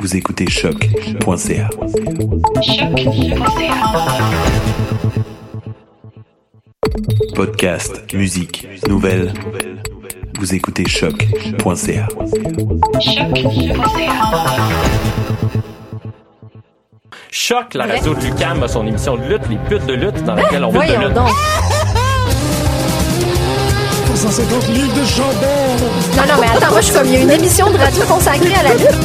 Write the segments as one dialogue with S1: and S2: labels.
S1: Vous écoutez choc.ca. Podcast, musique, nouvelles. Vous écoutez choc.ca.
S2: Choc, la radio de Lucam a son émission de lutte, les putes de lutte, dans laquelle on va de
S3: Ben, Voyons
S2: lutte.
S3: donc.
S4: 150 livres de chambon
S3: Non, non, mais attends, moi, je suis comme, il y a une émission de radio consacrée à la lutte.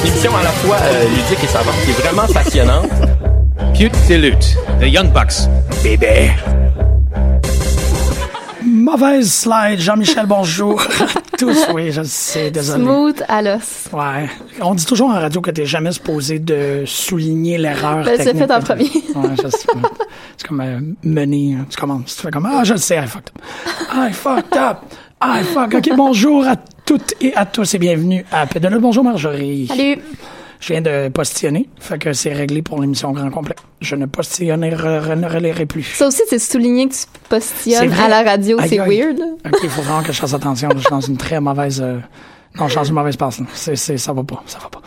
S2: Une émission à la fois euh, ludique et savante, qui est vraiment passionnante.
S5: Pute de lutte, The Young Bucks. Bébé.
S4: Mauvaise slide, Jean-Michel, bonjour. Tous, oui, je le sais, désolé.
S6: Smooth à l'os.
S4: Ouais. On dit toujours en radio que t'es jamais supposé de souligner l'erreur.
S6: Ben, c'est
S4: technique.
S6: fait en premier.
S4: ouais, je sais. C'est comme euh, mener. hein. Tu commences, tu fais comme Ah, je le sais, I fucked up. I fucked up. I fuck. OK, bonjour à toutes et à tous et bienvenue à Pédale. Bonjour Marjorie.
S6: Salut.
S4: Je viens de postillonner, fait que c'est réglé pour l'émission Grand Complet. Je ne postillonnerai ne relèverai plus.
S6: Ça aussi, c'est souligné que tu postillonnes
S4: vrai.
S6: à la radio.
S4: Aïe,
S6: C'est
S4: aïe.
S6: weird.
S4: OK, il faut vraiment que je fasse attention. Je suis dans une très mauvaise... euh, Non, je suis dans une mauvaise passe. là. C'est, c'est, ça va pas, ça va pas.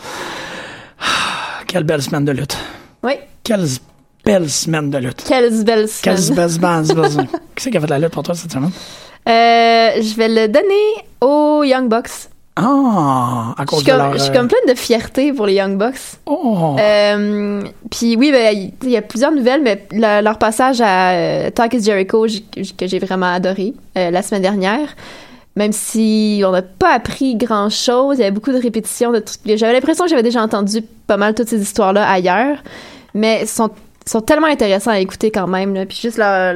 S4: Ah, Quelle belle semaine de lutte.
S6: Oui.
S4: Quelle belle semaine de lutte.
S6: Quelle belle
S4: Quelle
S6: semaine.
S4: belle semaine. belle semaine. Qui c'est qui a fait de la lutte pour toi cette semaine?
S6: Euh, je vais le donner aux Young Bucks.
S4: Ah, à
S6: Je
S4: cause
S6: suis
S4: de
S6: comme,
S4: leur...
S6: je suis
S4: euh,
S6: comme pleine de fierté pour les Young Bucks.
S4: Oh,
S6: Euh, puis oui, ben, il il y a plusieurs nouvelles, mais le- leur passage à euh, Talk is Jericho, j- que j'ai vraiment adoré euh, la semaine dernière, même si on n'a pas appris grand-chose, il y avait beaucoup de répétitions, de trucs. J'avais l'impression que j'avais déjà entendu pas mal toutes ces histoires-là ailleurs, mais sont sont tellement intéressants à écouter quand même. Là. Puis juste leur,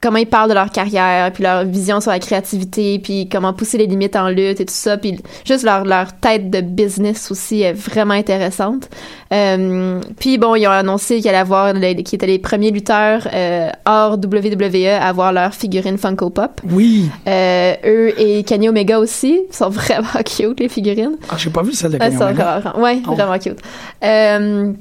S6: comment ils parlent de leur carrière, puis leur vision sur la créativité, puis comment pousser les limites en lutte et tout ça. Puis juste leur, leur tête de business aussi est vraiment intéressante. Euh, puis bon, ils ont annoncé qu'ils allaient avoir, le- qu'ils étaient les premiers lutteurs euh, hors WWE à avoir leur figurine Funko Pop.
S4: oui.
S6: Euh, eux et Kenny Omega aussi sont vraiment cute, les figurines.
S4: Ah, j'ai pas vu celle de
S6: Ah,
S4: Kenny
S6: c'est
S4: Omega.
S6: encore. Ouais,
S4: Oh.
S6: vraiment cute. Euh,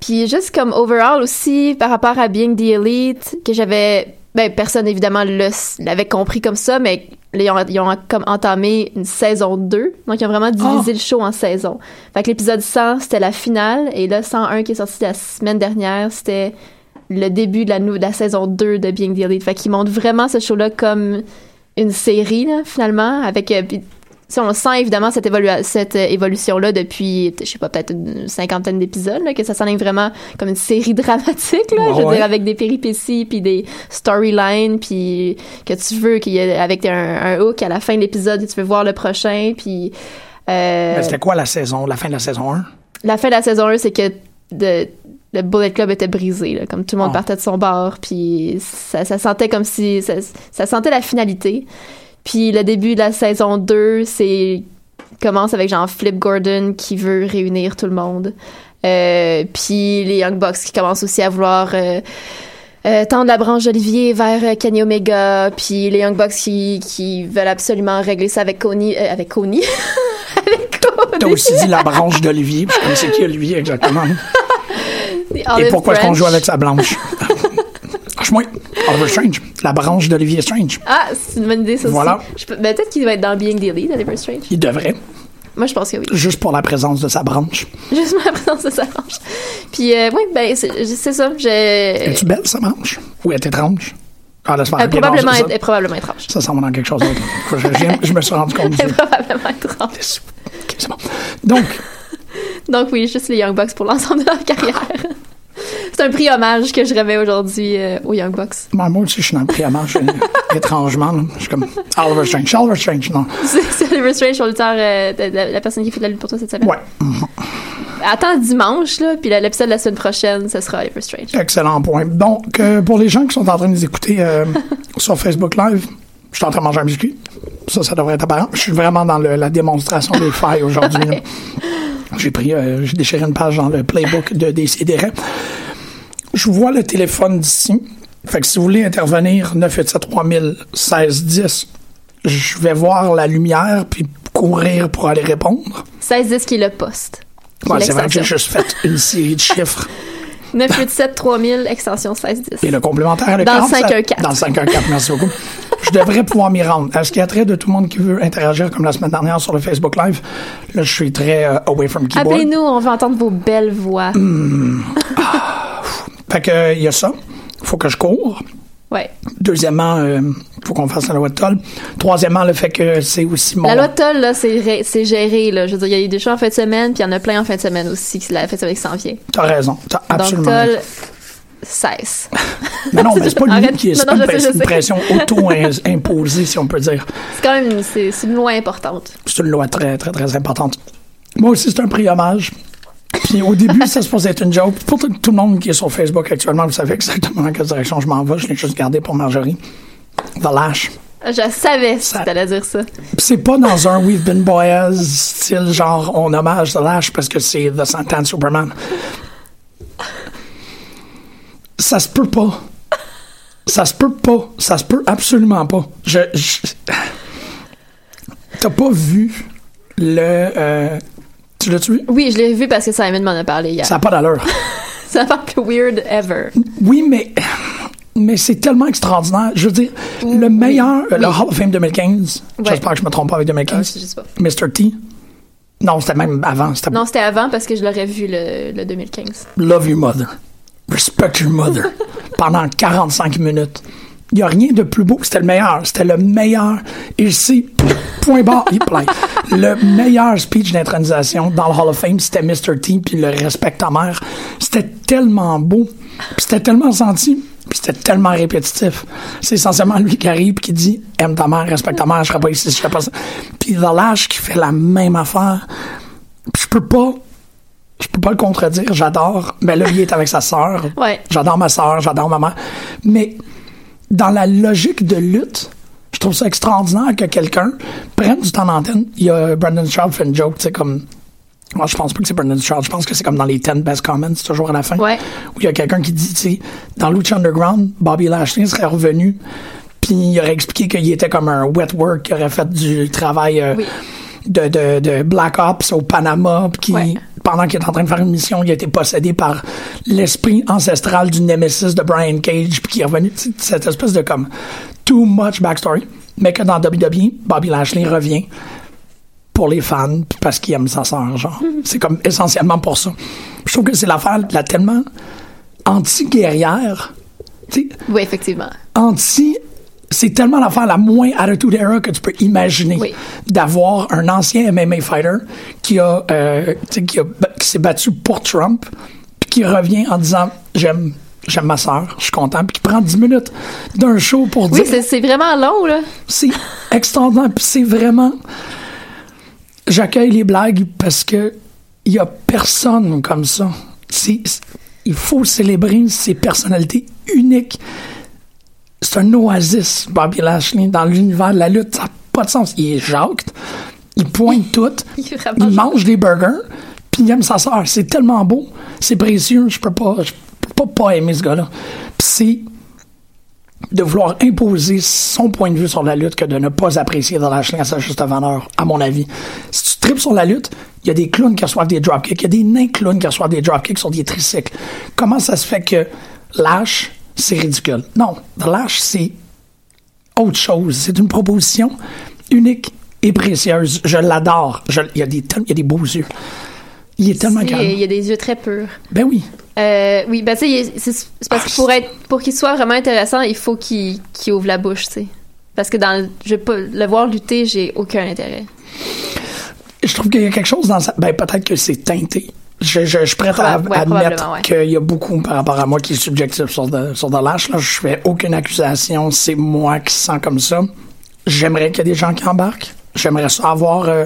S6: puis juste comme overall aussi, par rapport à Being the Elite, que j'avais. Ben, personne évidemment le- l'avait compris comme ça, mais ils ont, ils ont comme entamé une saison 2. Donc, ils ont vraiment divisé le show en saisons. Fait que l'épisode 100, c'était la finale. Et là, 101 qui est sorti la semaine dernière, c'était le début de la, nou- de la saison 2 de Being the Elite. Fait qu'ils montrent vraiment ce show-là comme une série, là, finalement, avec... euh, puis, tu sais, on sent évidemment cette, évolu- cette euh, évolution-là depuis, je sais pas, peut-être une cinquantaine d'épisodes, là, que ça s'enligne vraiment comme une série dramatique, là,
S4: Ouais,
S6: je veux
S4: ouais.
S6: dire, avec des péripéties, puis des storylines, puis que tu veux, qu'il y ait, avec un, un hook à la fin de l'épisode, que tu veux voir le prochain, puis... euh,
S4: Mais C'était quoi la saison, la fin de la saison 1?
S6: la fin de la saison 1, c'est que de- le Bullet Club était brisé, là, comme tout le monde
S4: Oh.
S6: partait de son bar, puis ça, ça sentait comme si... Ça, ça sentait la finalité. Puis le début de la saison 2, c'est... commence avec genre Flip Gordon qui veut réunir tout le monde. Euh, puis les Young Bucks qui commencent aussi à vouloir... euh, euh, tendre la branche d'Olivier vers euh, Kenny Omega, puis les Young Bucks qui, qui veulent absolument régler ça avec Connie. euh, avec Connie. avec Connie.
S4: T'as aussi dit la branche d'Olivier, parce que comme c'est qui Olivier exactement? Et
S6: Olive
S4: pourquoi est-ce qu'on
S6: Branch.
S4: joue avec sa blanche? Lâche-moi. Oliver Strange. La branche d'Olivier Strange.
S6: Ah, c'est une bonne idée, ça
S4: Voilà.
S6: aussi. Je peux- ben, peut-être qu'il va être dans Being the Elite, Oliver Strange.
S4: Il devrait,
S6: Moi, je pense que oui.
S4: juste pour la présence de sa branche.
S6: Juste ma présence, ça s'arrange. Puis, euh, oui, ben, c'est c'est ça. Je...
S4: Es-tu belle, sa branche? Ou est-ce étrange? Ah, laisse faire.
S6: Elle est
S4: Ok, non,
S6: Euh, probablement,
S4: c'est
S6: elle est probablement étrange.
S4: ça, ça semble dans quelque chose d'autre. je, je- je me suis rendu compte. du-
S6: Elle est probablement étrange.
S4: Ok, c'est bon. Donc,
S6: Donc, oui, juste les Young Bucks pour l'ensemble de leur carrière. C'est un prix hommage que je remets aujourd'hui euh, aux Young Bucks.
S4: moi, moi aussi, je suis dans le prix à marche, euh, étrangement. là. Je suis comme Oliver Strange. Oliver Strange, non.
S6: C'est c'est Oliver Strange, sur le temps, euh, de- de- la, personne qui fait de la lutte pour toi cette semaine.
S4: Ouais. Mm.
S6: Attends dimanche, là, puis l'épisode de la semaine prochaine, ce sera Oliver Strange.
S4: Excellent point. Donc, euh, pour les gens qui sont en train de nous écouter euh, sur Facebook Live, Je suis en train de manger un biscuit. Ça, ça devrait être apparent. Je suis vraiment dans le- la démonstration des failles aujourd'hui. là. J'ai pris, euh, j'ai déchiré une page dans le playbook de DCDR. E. Je vois le téléphone d'ici. Fait que si vous voulez intervenir, 987 3000 16 10, je vais voir la lumière puis courir pour aller répondre.
S6: 16-10 qui est le poste. Qui est
S4: Ouais, c'est vrai que j'ai
S6: l'extension.
S4: juste fait une série de chiffres.
S6: 987 3000 extension 1610.
S4: Et le complémentaire, le
S6: Dans le
S4: 40, ça-
S6: 514.
S4: Dans le 514, merci beaucoup. Je devrais pouvoir m'y rendre. À ce qui a trait de tout le monde qui veut interagir, comme la semaine dernière sur le Facebook Live, là, je suis très euh, away from keyboard.
S6: Appelez-nous, on veut entendre vos belles voix.
S4: Mm. Fait que, euh, il y a ça. Faut que je cours.
S6: Ouais.
S4: Deuxièmement, euh, faut qu'on fasse la loi de toll. Troisièmement, le fait que c'est aussi mon.
S6: La loi de Toll, là, c'est ré- c'est géré, là. Je veux dire, il y a eu des choses en fin de semaine, puis il y en a plein en fin de semaine aussi, que c'est la fin de semaine qui s'en vient.
S4: T'as raison. T'as absolument
S6: Donc,
S4: raison.
S6: Toll, cesse.
S4: Mais non, mais c'est pas lui
S6: Arrête.
S4: qui est, c'est
S6: Non,
S4: pas
S6: non,
S4: une
S6: je sais, je sais.
S4: pression auto-imposée, si on peut dire.
S6: C'est quand même une- c'est c'est une loi importante.
S4: C'est une loi très, très, très importante. Moi aussi, c'est un prix hommage. Puis au début, ça se posait être une joke. Pour tout, tout le monde qui est sur Facebook actuellement, vous savez exactement dans quelle direction je m'en vais. Je l'ai juste gardé pour Marjorie. The Lash.
S6: Je savais
S4: Ça-
S6: que t'allais dire ça.
S4: Puis c'est pas dans un We've Been Boys style genre on hommage The Lash parce que c'est The Santan Superman. Ça se peut pas. Ça se peut pas. Ça se peut absolument pas. Je. je- T'as pas vu le. euh, tu l'as tué?
S6: Oui, je l'ai vu parce que Simon m'en a parlé hier.
S4: Ça n'a pas d'allure.
S6: C'est la part plus weird ever.
S4: Oui, mais, mais c'est tellement extraordinaire. Je veux dire, le meilleur, le Hall of Fame 2015,
S6: Ouais. Ah,
S4: j'espère que je me trompe pas avec
S6: Je
S4: 2015,
S6: sais pas.
S4: Mr. T. Non, c'était même avant. C'était
S6: Non, c'était avant parce que je l'aurais vu le, le 2015.
S4: Love Your Mother. Respect Your Mother. Pendant 45 minutes. Il n'y a rien de plus beau. C'était le meilleur. C'était le meilleur. Il sait, point barre, il plaît. Le meilleur speech d'intronisation dans le Hall of Fame, c'était Mr. T, puis le Respect ta mère. C'était tellement beau. Puis c'était tellement senti. Puis c'était tellement répétitif. C'est essentiellement lui qui arrive puis qui dit Aime ta mère, respecte ta mère, je serais pas ici, si je serais pas ça. Puis The Lash qui fait la même affaire. Puis je peux pas je peux pas le contredire, j'adore. Mais là, il est avec sa sœur.
S6: Ouais.
S4: J'adore ma sœur, j'adore ma mère. Mais dans la logique de lutte, je trouve ça extraordinaire que quelqu'un prenne du temps d'antenne. Il y a Brandon Stroud fait une joke, tu sais, comme. Moi, je pense pas que c'est Brandon Stroud, je pense que c'est comme dans les 10 best comments, toujours à la fin.
S6: Ouais.
S4: Où il y a quelqu'un qui dit, tu sais, dans Lucha Underground, Bobby Lashley serait revenu, puis il aurait expliqué qu'il était comme un wet work, qui aurait fait du travail. euh,
S6: Oui.
S4: de, de, de Black Ops au Panama, puis qui,
S6: Ouais.
S4: pendant qu'il est en train de faire une mission, il a été possédé par l'esprit ancestral du Nemesis de Brian Cage, puis qui est revenu. Tu sais, Cette espèce de comme too much backstory, mais que dans WWE, Bobby Lashley revient pour les fans, puis parce qu'il aime sa sœur, genre. C'est comme essentiellement pour ça. Je trouve que c'est l'affaire la tellement anti-guerrière. Tu sais,
S6: Oui, effectivement.
S4: anti. C'est tellement l'affaire la moins attitude era que tu peux imaginer
S6: Oui.
S4: d'avoir un ancien MMA fighter qui a, euh, tu sais, qui a- qui s'est battu pour Trump puis qui revient en disant j'aime j'aime ma sœur je suis content puis qui prend 10 minutes d'un show pour
S6: Oui,
S4: dire
S6: c'est- c'est vraiment long, là.
S4: c'est extraordinaire puis c'est vraiment j'accueille les blagues parce que il y a personne comme ça c'est c'est- il faut célébrer ces personnalités uniques c'est un oasis, Bobby Lashley, dans l'univers de la lutte. Ça n'a pas de sens. Il est jacte, il pointe tout, il,
S6: Il est vraiment
S4: mange des burgers, puis il aime sa sœur. C'est tellement beau, c'est précieux, je peux pas, je peux pas, pas aimer ce gars-là. Puis c'est de vouloir imposer son point de vue sur la lutte que de ne pas apprécier dans Lashley à sa juste valeur, à mon avis. Si tu tripes sur la lutte, il y a des clowns qui reçoivent des dropkicks, il y a des nains clowns qui reçoivent des dropkicks sur des tricycles. Comment ça se fait que Lash, c'est ridicule? Non, The Lash, c'est autre chose. C'est une proposition unique et précieuse. Je l'adore. Je- Il y, a des tel- il y a des beaux yeux. Il est tellement
S6: Il y a- il
S4: calme.
S6: y a des yeux très purs.
S4: Ben oui.
S6: Euh, oui, ben tu sais, il est- c'est c'est parce que pour être, pour qu'il soit vraiment intéressant, il faut qu'il qu'il ouvre la bouche, tu sais. Parce que dans, le- je vais pas le voir lutter, j'ai aucun intérêt.
S4: Je trouve qu'il y a quelque chose dans ça. Ben, peut-être que c'est teinté. Je, je, je prête à
S6: Probable- ouais,
S4: admettre
S6: probablement, ouais.
S4: qu'il y a beaucoup par rapport à moi qui est subjectif sur de, sur de lâche. Là, je fais aucune accusation. C'est moi qui sens comme ça. J'aimerais qu'il y ait des gens qui embarquent. J'aimerais ça avoir euh,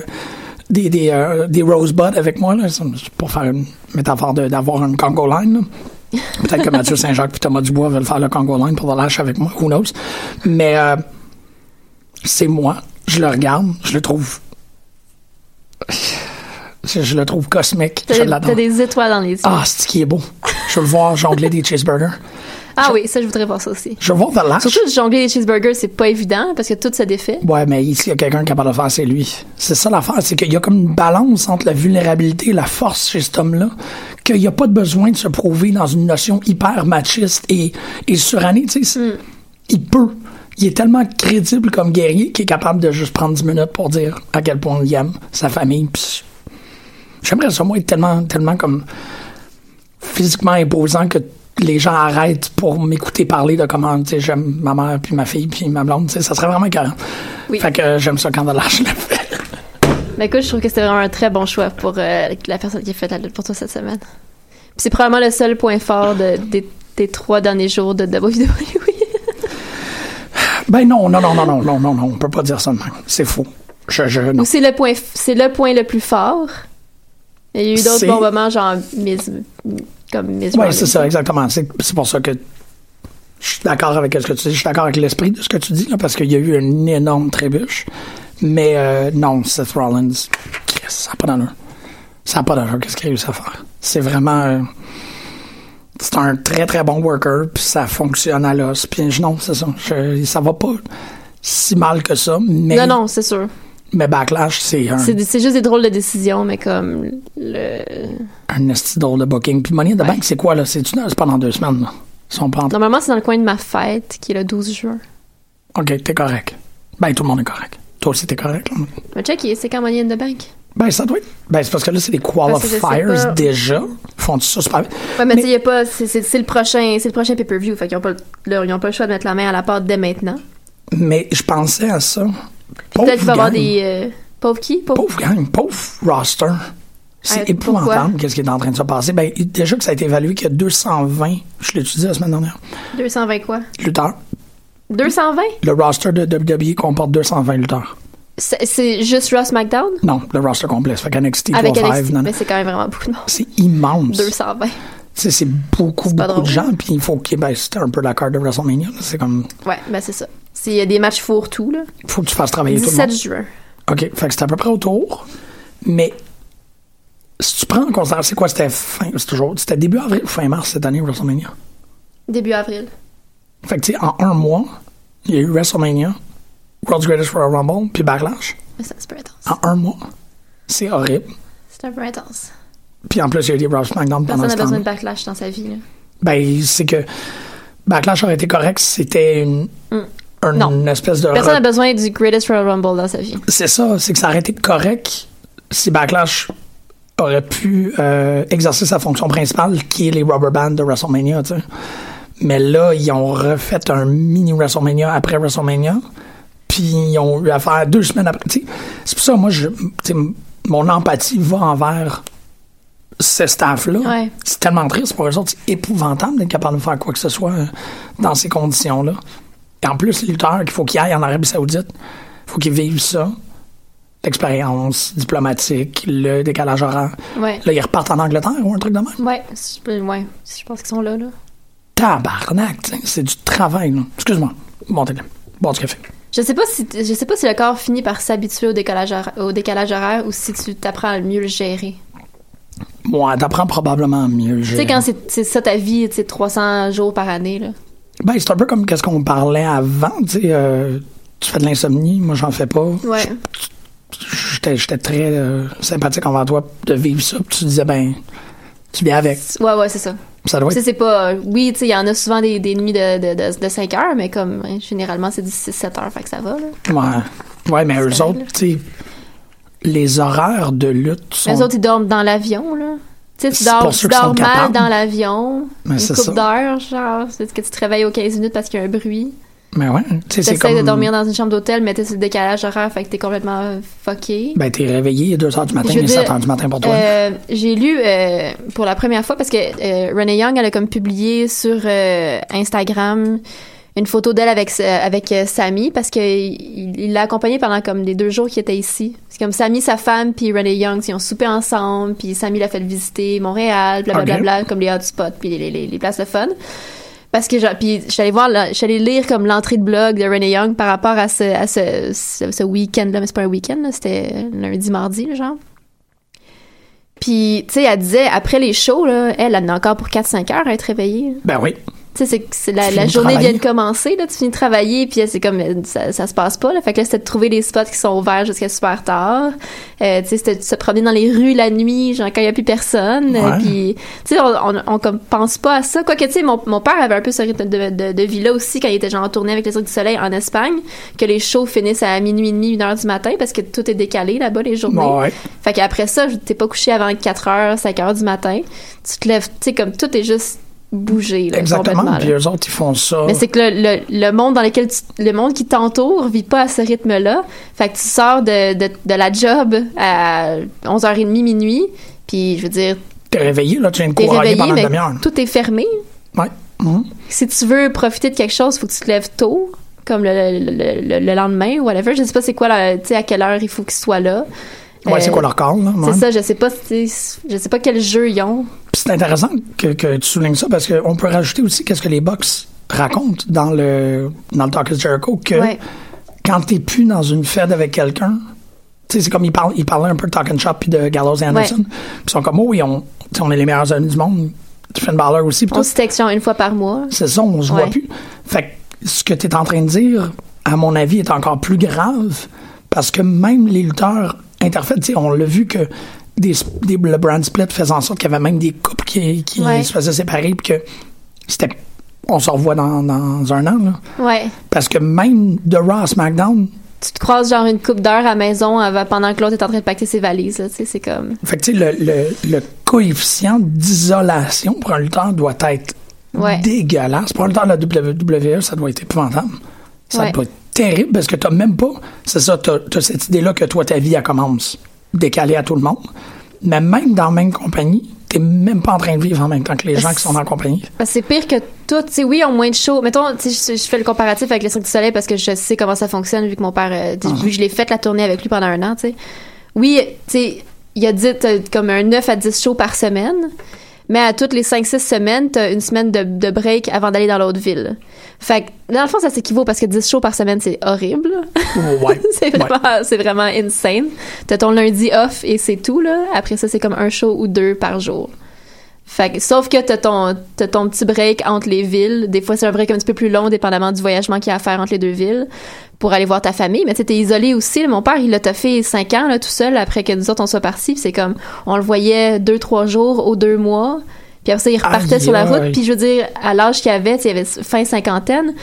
S4: des, des, euh, des rosebuds avec moi. Là. Ça, c'est Pour faire une métaphore de- d'avoir une Congo line. là. Peut-être que Mathieu Saint-Jacques et Thomas Dubois veulent faire le Congo Line pour The Lash avec moi, who knows. Mais euh, c'est moi. Je le regarde, je le trouve. Je, je le trouve cosmique. Je
S6: T'as des-
S4: l'adore.
S6: t'as des étoiles dans les yeux.
S4: Ah, c'est qui est beau. Je veux le voir jongler des cheeseburgers.
S6: Ah oui, ça, je voudrais voir ça aussi.
S4: Je veux voir The Lash.
S6: Surtout, de jongler les cheeseburgers, c'est pas évident parce que tout se défait.
S4: Ouais, mais ici, il y a quelqu'un capable de le faire, c'est lui. C'est ça l'affaire, c'est qu'il y a comme une balance entre la vulnérabilité et la force chez cet homme-là, qu'il n'y a pas de besoin de se prouver dans une notion hyper machiste et, et surannée, tu sais. c'est- Il peut. Il est tellement crédible comme guerrier qu'il est capable de juste prendre 10 minutes pour dire à quel point il aime sa famille. Puis J'aimerais ça, moi, être tellement, tellement comme physiquement imposant que les gens arrêtent pour m'écouter parler de comment tu sais, j'aime ma mère, puis ma fille, puis ma blonde. tu sais, Ça serait vraiment carré.
S6: Oui.
S4: Fait que euh, j'aime ça quand de l'âge le fait.
S6: Mais écoute, je trouve que c'était vraiment un très bon choix pour euh, la personne qui a fait la lutte pour toi cette semaine. Puis c'est probablement le seul point fort de- des, des trois derniers jours de E. WWE.
S4: Ben non, non, non, non, non, non, non, non, on peut pas dire ça de même. C'est faux. Je, je, non.
S6: Ou c'est le point, f- c'est le point le plus fort. Il y a eu d'autres
S4: C'est-
S6: bons moments, genre Miz, comme Miz.
S4: Ouais,
S6: Ronda.
S4: c'est ça, exactement. C'est c'est pour ça que je suis d'accord avec ce que tu dis. Je suis d'accord avec l'esprit de ce que tu dis, là, parce qu'il y a eu une énorme trébuche. Mais euh, non, Seth Rollins, Chris, ça n'a pas d'allure. Ça n'a pas d'allure, qu'est-ce qu'il a réussi à faire. C'est vraiment... euh, c'est un très, très bon worker, puis ça fonctionne à l'os. Puis je- non, c'est ça. Je, ça va pas si mal que ça, mais, Hein.
S6: Non, non, c'est sûr.
S4: mais Backlash, c'est un,
S6: C'est des- c'est juste des drôles de décisions, mais comme le.
S4: un esti drôle de booking. Puis Money in the Bank, c'est quoi, là? C'est une- c'est pas dans deux semaines, là. Ils sont pas en-
S6: Normalement, c'est dans le coin de ma fête, qui est le 12 juin.
S4: OK, t'es correct. Ben, tout le monde est correct. Toi aussi, t'es correct. là.
S6: Mais check, c'est quand Money in the Bank.
S4: Ben, ça doit être. Ben, c'est parce que là, c'est des
S6: Parce que je sais pas.
S4: qualifiers déjà. Font ça super vite.
S6: Ouais, mais,
S4: Mais-
S6: tu sais, y a pas. C'est c'est- c'est le prochain, c'est le prochain pay-per-view. Fait qu'ils ont pas, le- là, ils ont pas le choix de mettre la main à la porte dès maintenant.
S4: Mais je pensais à ça. Pauvre
S6: Peut-être qu'il va y avoir
S4: gang.
S6: des. euh, pauvres qui Pauvres-
S4: Pauvre gang, pauvre roster. C'est
S6: Euh,
S4: épouvantable
S6: pourquoi?
S4: qu'est-ce qui est en train de se passer. Ben, déjà que ça a été évalué qu'il y a 220, je l'ai étudié la semaine dernière,
S6: 220 quoi
S4: lutteurs.
S6: 220
S4: Le roster de WWE comporte 220 lutteurs.
S6: C'est- C'est juste Ross McDown
S4: Non, le roster complet. Ça fait qu'NXT,
S6: Avec
S4: 205,
S6: NXT.
S4: non, non.
S6: Mais c'est quand même vraiment beaucoup de monde.
S4: C'est immense.
S6: 220.
S4: Tu sais, c'est beaucoup,
S6: pas
S4: beaucoup de
S6: drôle.
S4: gens. Puis il faut que. Ben, c'était un peu la carte de WrestleMania. là. C'est comme.
S6: Ouais, ben c'est ça. C'est il y a des matchs fourre-tout, là.
S4: faut que tu fasses travailler tout le
S6: 17
S4: monde.
S6: juin.
S4: OK, fait que c'est à peu près autour. Mais si tu prends en considération, c'est quoi, c'était fin, c'est toujours, c'était début avril ou fin mars cette année, WrestleMania.
S6: Début avril.
S4: Fait que tu sais, en un mois, il y a eu WrestleMania, World's Greatest Royal Rumble, puis Backlash.
S6: Mais ça, c'est un peu intense.
S4: En un mois, c'est horrible.
S6: C'est un peu intense.
S4: Puis en plus, il y a eu des Raw SmackDown pendant
S6: Personne
S4: ce
S6: n'a
S4: temps
S6: besoin de backlash dans sa vie, là.
S4: Ben, c'est que Backlash aurait été correct si c'était une, une
S6: Mm. Non.
S4: espèce de...
S6: Personne
S4: re-
S6: n'a besoin du Greatest Royal Rumble dans sa vie.
S4: C'est ça, c'est que ça aurait été correct si Backlash aurait pu euh, exercer sa fonction principale, qui est les rubber bands de WrestleMania, tu sais. Mais là, ils ont refait un mini WrestleMania après WrestleMania, puis ils ont eu affaire deux semaines après. tu sais. C'est pour ça, moi, je, tu sais, mon empathie va envers ce staff-là.
S6: Ouais.
S4: C'est tellement triste pour eux autres, c'est épouvantable d'être capable de faire quoi que ce soit euh, dans ces conditions-là. Et en plus, les lutteurs qu'il faut qu'ils aillent en Arabie Saoudite, faut qu'ils vivent ça l'expérience diplomatique, le décalage horaire.
S6: Ouais.
S4: Là, ils repartent en Angleterre ou un truc de même.
S6: Ouais, je peux- ouais, je pense qu'ils sont là, là.
S4: Tabarnak, tu sais, c'est du travail. là. Excuse-moi. Bon, t'es là. Bon, du café.
S6: Je sais pas si je sais pas si le corps finit par s'habituer au décalage horaire, au décalage horaire ou si tu t'apprends à mieux le gérer.
S4: Moi, t'apprends probablement mieux.
S6: Tu sais quand c'est c'est ça ta vie, tu sais 300 jours par année là.
S4: Ben, c'est un peu comme qu'est-ce qu'on parlait avant, tu sais. euh, tu fais de l'insomnie, moi, j'en fais pas.
S6: Ouais.
S4: J'étais j'étais très euh, sympathique envers toi de vivre ça. Puis tu disais, ben, tu viens avec.
S6: Ouais ouais, c'est ça.
S4: Ça doit
S6: Tu sais,
S4: être...
S6: c'est pas oui, tu sais il y en a souvent des, des nuits de, de, de, 5 heures mais comme hein, généralement c'est 6 7 heures fait que ça va là.
S4: Ouais, ouais mais eux
S6: C'est
S4: autres,
S6: vrai, là.
S4: tu sais, les horaires de lutte sont...
S6: Les autres ils dorment dans l'avion là. Tu sais,
S4: C'est
S6: tu dors,
S4: pour ceux
S6: tu
S4: qui sont
S6: dors mal
S4: capables.
S6: dans l'avion,
S4: Mais
S6: une
S4: c'est ça.
S6: coupe d'heures, genre, c'est que tu te réveilles aux 15 minutes parce qu'il y a un bruit.
S4: Mais ouais, tu sais, c'est
S6: T'essayes
S4: comme...
S6: de dormir dans une chambre d'hôtel, mais t'es sur le décalage horaire, fait que t'es complètement euh, fucké.
S4: Ben, t'es réveillé à 2 h du matin,
S6: Je veux
S4: il est
S6: dire,
S4: 7 h du matin pour toi.
S6: Euh, j'ai lu euh, pour la première fois parce que euh, Renee Young elle a comme publié sur euh, Instagram une photo d'elle avec euh, avec euh, Sammy parce que il il l'a accompagnée pendant comme les deux jours qu'il était ici. C'est comme Sammy sa femme puis Renee Young ils ont soupé ensemble puis Sammy l'a fait visiter Montréal blablabla bla,
S4: Ok.
S6: comme les hotspots puis les, les, les places de fun. Fait Parce que, genre, puis je suis allée voir, là, je suis allée lire comme l'entrée de blog de Renee Young par rapport à ce, à ce, ce, ce week-end-là. Mais c'est pas un week-end, là, c'était lundi, mardi, là, genre. Puis, tu sais, elle disait, après les shows, là, elle, elle en a encore pour 4-5 heures à être réveillée. là.
S4: Ben oui.
S6: Tu sais, c'est- c'est la,
S4: Tu
S6: la
S4: finis de
S6: journée vient
S4: travailler.
S6: de commencer, là, tu finis de travailler, puis euh, c'est comme, euh, ça, ça se passe pas, là. Fait que là, c'était de trouver des spots qui sont ouverts jusqu'à super tard. Euh, tu sais, c'était de se promener dans les rues la nuit, genre, quand il y a plus personne. euh,
S4: Ouais.
S6: puis, tu sais, on, on, on comme pense pas à ça. Quoique, tu sais, mon, mon père avait un peu ce rythme de, de, de vie-là aussi quand il était genre en tournée avec les Cirque du Soleil en Espagne, que les shows finissent à minuit et demi, une heure du matin, parce que tout est décalé là-bas, les journées.
S4: ouais.
S6: Fait qu'après ça, je- t'es pas couché avant 4h, 5h du matin. Tu te lèves, tu sais, comme tout est juste bougé. Là, complètement,
S4: Exactement.
S6: là.
S4: Puis euh, eux autres, ils font ça.
S6: Mais c'est que le, le, le monde dans lequel tu, le monde qui t'entoure vit pas à ce rythme-là. Fait que tu sors de, de, de la job à 11h30, minuit. Puis, je veux dire,
S4: T'es réveillé, là, tu viens de
S6: t'es
S4: courailler
S6: réveillé,
S4: pendant une
S6: mais
S4: demi-heure.
S6: tout est fermé.
S4: Ouais. Mhm.
S6: Si tu veux profiter de quelque chose, faut que tu te lèves tôt, comme le, le, le- le- le lendemain ou whatever. Je sais pas c'est quoi, la- tu sais, à quelle heure il faut qu'il soit là.
S4: Ouais,
S6: Euh,
S4: c'est quoi leur corps, là?
S6: C'est
S4: ouais.
S6: ça, je sais pas, tu sais, je sais pas quel jeu ils ont.
S4: Puis C'est intéressant que, que tu soulignes ça parce qu'on peut rajouter aussi qu'est-ce que les box racontent dans le dans le Talk is Jericho que
S6: Ouais.
S4: quand t'es plus dans une fête avec quelqu'un, tu sais, c'est comme ils parlent, ils parlaient un peu de Talk and Shop puis de Gallows et Anderson. Puis ils sont comme, oh, ils ont, tu sais, on est les meilleurs amis du monde. Tu fais une baller aussi. puis
S6: On
S4: tout.
S6: se texte genre une fois par mois.
S4: C'est ça, on se
S6: Ouais.
S4: voit plus. Fait que ce que tu es en train de dire, à mon avis, est encore plus grave parce que même les lutteurs interfaites, tu sais, on l'a vu que des, sp- des- le brand split faisait en sorte qu'il y avait même des couples qui, qui
S6: Ouais.
S4: se faisaient séparer puis que c'était. On se revoit dans, dans un an, là.
S6: Ouais.
S4: Parce que même de Raw à SmackDown,
S6: Tu te croises genre une coupe d'heure à la maison avant- pendant que l'autre est en train de pacter ses valises, là, tu sais, c'est comme.
S4: fait que, tu sais, le, le- le coefficient d'isolation pour un lutteur doit être
S6: Ouais.
S4: dégueulasse. Pour un lutteur de la WWE, ça doit être épouvantable. Ça
S6: Ouais.
S4: doit être terrible parce que t'as même pas. C'est ça, t'as as cette idée-là que toi, ta vie, elle commence décalée à tout le monde. Mais même dans la même compagnie, t'es même pas en train de vivre en même temps que les gens qui sont dans la compagnie.
S6: Parce que c'est pire que tout. Tu sais, oui, ils ont moins de shows. Mettons, tu sais, je, je fais le comparatif avec les Cirque du Soleil parce que je sais comment ça fonctionne vu que mon père, euh, tu sais, vu que je l'ai fait la tournée avec lui pendant un an, tu sais. Oui, tu sais, il y a dit, t'as comme un 9 à 10 shows par semaine. Mais à toutes les 5-6 semaines, t'as une semaine de, de break avant d'aller dans l'autre ville. Fait que, dans le fond, ça s'équivaut parce que 10 shows par semaine, c'est horrible.
S4: Ouais.
S6: c'est
S4: Ouais.
S6: vraiment, c'est vraiment insane. T'as ton lundi off et c'est tout, là. Après ça, c'est comme un show ou deux par jour. Fait que- sauf que t'as ton, t'as ton petit break entre les villes. Des fois, c'est un break un petit peu plus long, dépendamment du voyagement qu'il y a à faire entre les deux villes, pour aller voir ta famille. Mais tu sais, t'es isolé aussi. Mon père, il l'a fait cinq ans, là, tout seul, après que nous autres, on soit partis. Puis c'est comme, on le voyait deux, trois jours aux deux mois. Puis après ça, il repartait
S4: Aïe,
S6: sur la route.
S4: aïe.
S6: Puis je veux dire, à l'âge qu'il avait, tu sais, il avait fin cinquantaine,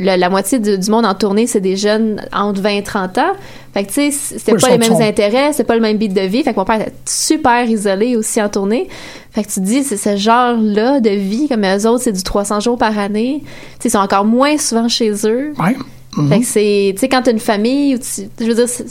S6: le- la moitié du, du monde en tournée, c'est des jeunes entre 20 et 30 ans. Fait que, tu sais, c'était
S4: Oui,
S6: pas
S4: ils
S6: les
S4: sont-
S6: mêmes
S4: sont-
S6: intérêts, c'est pas le même beat de vie. Fait que mon père était super isolé aussi en tournée. Fait que tu te dis, c'est ce genre-là de vie, comme eux autres, c'est du 300 jours par année. Tu sais, ils sont encore moins souvent chez eux.
S4: Ouais. Mhm.
S6: Fait que c'est, tu sais, quand t'as une famille, ou tu- je veux dire, c'est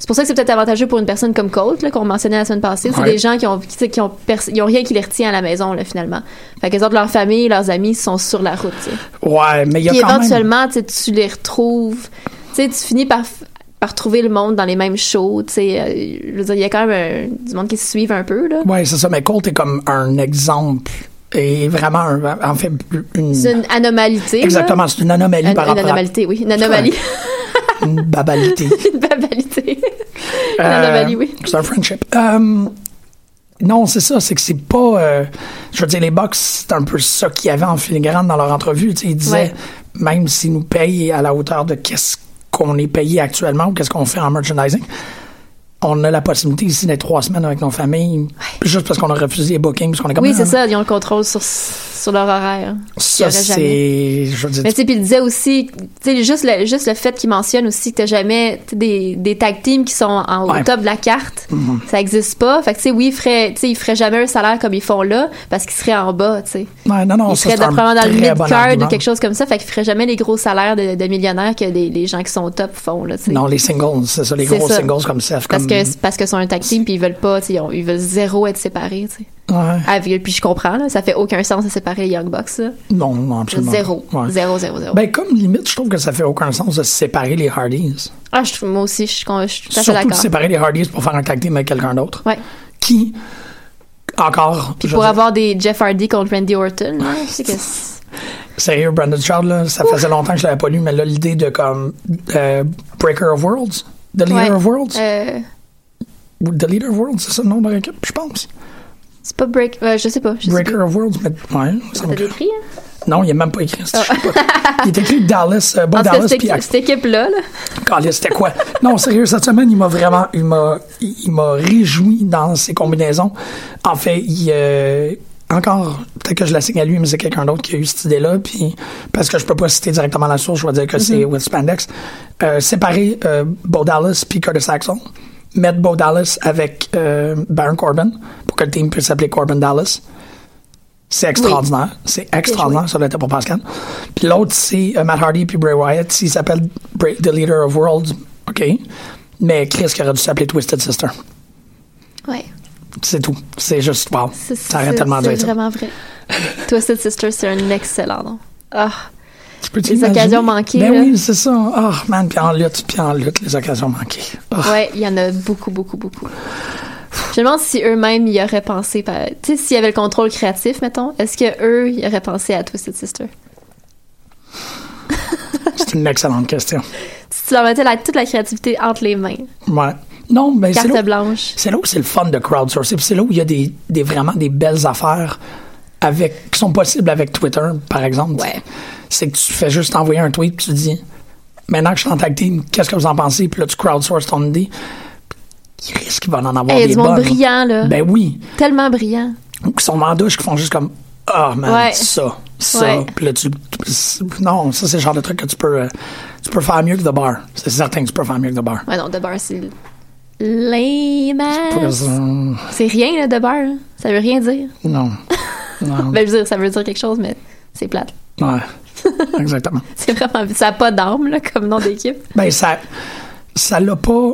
S6: c'est pour ça que c'est peut-être avantageux pour une personne comme Colt, là, qu'on mentionnait la semaine passée. C'est
S4: Ouais.
S6: des gens qui ont, qui, tu sais, qui ont, pers- ils ont rien qui les retient à la maison, là, finalement. Fait que les autres, leur famille, leurs amis sont sur la route, tu sais.
S4: Ouais, mais il y a
S6: Puis
S4: quand même.
S6: éventuellement, tu sais, tu les retrouves. Tu sais, tu finis par, f- par trouver le monde dans les mêmes shows, tu sais. Euh, Je veux dire, il y a quand même un- du monde qui se suivent un peu, là.
S4: Ouais, c'est ça. Mais Colt est comme un exemple et vraiment, un- en fait, une.
S6: C'est une anomalité. là.
S4: Exactement, c'est une anomalie
S6: Une,
S4: par
S6: une
S4: rapport
S6: anomalité, oui. Une anomalie.
S4: à une babalité.
S6: une babalité.
S4: Euh,
S6: une anomalie, oui.
S4: C'est un friendship. Euh, non, c'est ça, c'est que c'est pas. euh, je veux dire, les Bucks, c'est un peu ça qu'il y avait en filigrane dans leur entrevue. tu sais, ils disaient,
S6: Ouais.
S4: même s'ils nous payent à la hauteur de qu'est-ce qu'on est payé actuellement ou qu'est-ce qu'on fait en merchandising, on a la possibilité ici d'être trois semaines avec nos familles, juste parce qu'on a refusé les bookings, parce qu'on est comme
S6: Oui,
S4: Ah,
S6: c'est ça. Ils ont le contrôle sur, sur leur horaire. Ils
S4: Ça,
S6: auraient jamais.
S4: c'est. Je veux dire,
S6: Mais tu sais, puis il disait aussi, tu sais, juste le, juste le fait qu'il mentionne aussi que t'as jamais tu sais, des, des tag teams qui sont en,
S4: Ouais. Mm-hmm.
S6: au top de la carte, ça existe pas. Fait que tu sais, oui, il ferait, tu sais, il ferait jamais un salaire comme ils font là parce qu'ils seraient en bas, tu sais.
S4: Ouais, non, non,
S6: Ils
S4: ça,
S6: seraient
S4: c'est un
S6: probablement dans le
S4: très bon
S6: mid-card
S4: argument.
S6: ou quelque chose comme ça. Fait qu'ils feraient jamais les gros salaires de, de millionnaires que les, les gens qui sont au top font, là, tu sais.
S4: Non, les singles, c'est ça, les
S6: C'est
S4: gros
S6: ça.
S4: singles comme ça.
S6: Parce
S4: comme...
S6: que c'est parce que sont un tag team puis ils veulent pas, tu sais, ils, ont- ils veulent zéro être séparés, tu sais.
S4: Ouais.
S6: Avec- Puis je comprends, là, ça fait aucun sens de séparer les Young Bucks, là.
S4: Non, non, absolument.
S6: Zéro.
S4: Ouais.
S6: Zéro, zéro, zéro.
S4: Ben, comme limite, je trouve que ça fait aucun sens de séparer les Hardys.
S6: ah, je, moi aussi, je suis con- je suis tout à fait
S4: Surtout de
S6: d'accord.
S4: séparer les Hardys pour faire un tag team avec quelqu'un d'autre.
S6: Ouais.
S4: Qui, encore,
S6: Puis
S4: je
S6: pour
S4: veux dire,
S6: avoir des Jeff Hardy contre Randy Orton, là, je sais que c'est-
S4: Sérieux, Brandon Stroud, là, ça faisait longtemps que je l'avais pas lu, mais là, l'idée de comme euh, Breaker of Worlds, The Leader
S6: Ouais.
S4: of Worlds,
S6: Euh,
S4: ou The Leader of Worlds, c'est ça le nom de l'équipe, je pense.
S6: c'est pas Break. euh, je sais pas. Je sais
S4: Breaker
S6: pas.
S4: of Worlds, mais ouais, ça me
S6: T'as
S4: semble
S6: décrit, hein?
S4: que- Non, il n'est même pas écrit. c'est- je sais pas.
S6: Ah.
S4: Il est écrit Dallas, euh, bon
S6: En tout cas,
S4: Dallas,
S6: cette,
S4: puis
S6: équipe- cette équipe-là, là,
S4: Calais, c'était quoi? Non, sérieux, cette semaine, il m'a vraiment, il m'a, il il m'a réjoui dans ses combinaisons. En fait, il, euh, encore, peut-être que je la signe à lui, mais c'est quelqu'un d'autre qui a eu cette idée-là, puis parce que je peux pas citer directement la source, je vais dire que c'est Will Spandex. Euh, séparer euh, Bo Dallas puis Curtis Axel, mettre Bo Dallas avec euh, Baron Corbin pour que le team puisse s'appeler Corbin Dallas. C'est extraordinaire. C'est extraordinaire. Ça doit être pour Pascal. Puis l'autre, c'est euh, Matt Hardy puis Bray Wyatt. S'il s'appelle Bray- The Leader of Worlds, OK. Mais Chris qui aurait dû s'appeler Twisted Sister.
S6: ouais.
S4: C'est tout. C'est juste, wow.
S6: C'est-
S4: Ça aurait
S6: c'est-
S4: tellement dû
S6: C'est
S4: être ça.
S6: vraiment vrai. Twisted Sister, c'est un excellent nom. Ah,
S4: Tu peux
S6: les occasions manquées,
S4: Ben
S6: là.
S4: oui, c'est ça. Oh, man. Puis en lutte, puis en lutte, les occasions manquées. Ah.
S6: ouais, il y en a beaucoup, beaucoup, beaucoup. Je me demande si eux-mêmes y auraient pensé. par- Tu sais, s'il y avait le contrôle créatif, mettons, est-ce que eux y auraient pensé à Twisted Sister?
S4: C'est une excellente question.
S6: Si tu leur mettais la- toute la créativité entre les mains,
S4: Ouais. Non, ben c'est là-
S6: carte blanche.
S4: C'est là où c'est le fun de crowdsourcer. puis C'est là où il y a des, des- vraiment des belles affaires avec, qui sont possibles avec Twitter, par exemple.
S6: Ouais.
S4: C'est que tu fais juste envoyer un tweet puis tu dis Maintenant que je suis en tag team, qu'est-ce que vous en pensez Puis là, tu crowdsources ton idée. Puis Il risque qu'il va en avoir
S6: Hey, Il y a
S4: des
S6: du monde
S4: bonnes.
S6: brillant, là.
S4: Ben oui.
S6: Tellement brillant.
S4: Ou qui sont en douche, qui font juste comme Ah, man,
S6: Ouais.
S4: ça, ça.
S6: Ouais.
S4: Puis là, tu. tu- Non, ça, c'est le genre de truc que tu peux, euh, tu peux faire mieux que The Bar. C'est certain que tu peux faire mieux que The Bar.
S6: Ouais, non, de beurre, c'est l'image.
S4: Hum,
S6: C'est rien, là, de beurre. là. Ça veut rien dire.
S4: Non. non.
S6: Ben, je veux dire, ça veut dire quelque chose, mais c'est plate.
S4: Ouais. Exactement.
S6: C'est vraiment. Ça n'a pas d'âme, là, comme nom d'équipe.
S4: Ben, ça. Ça l'a pas.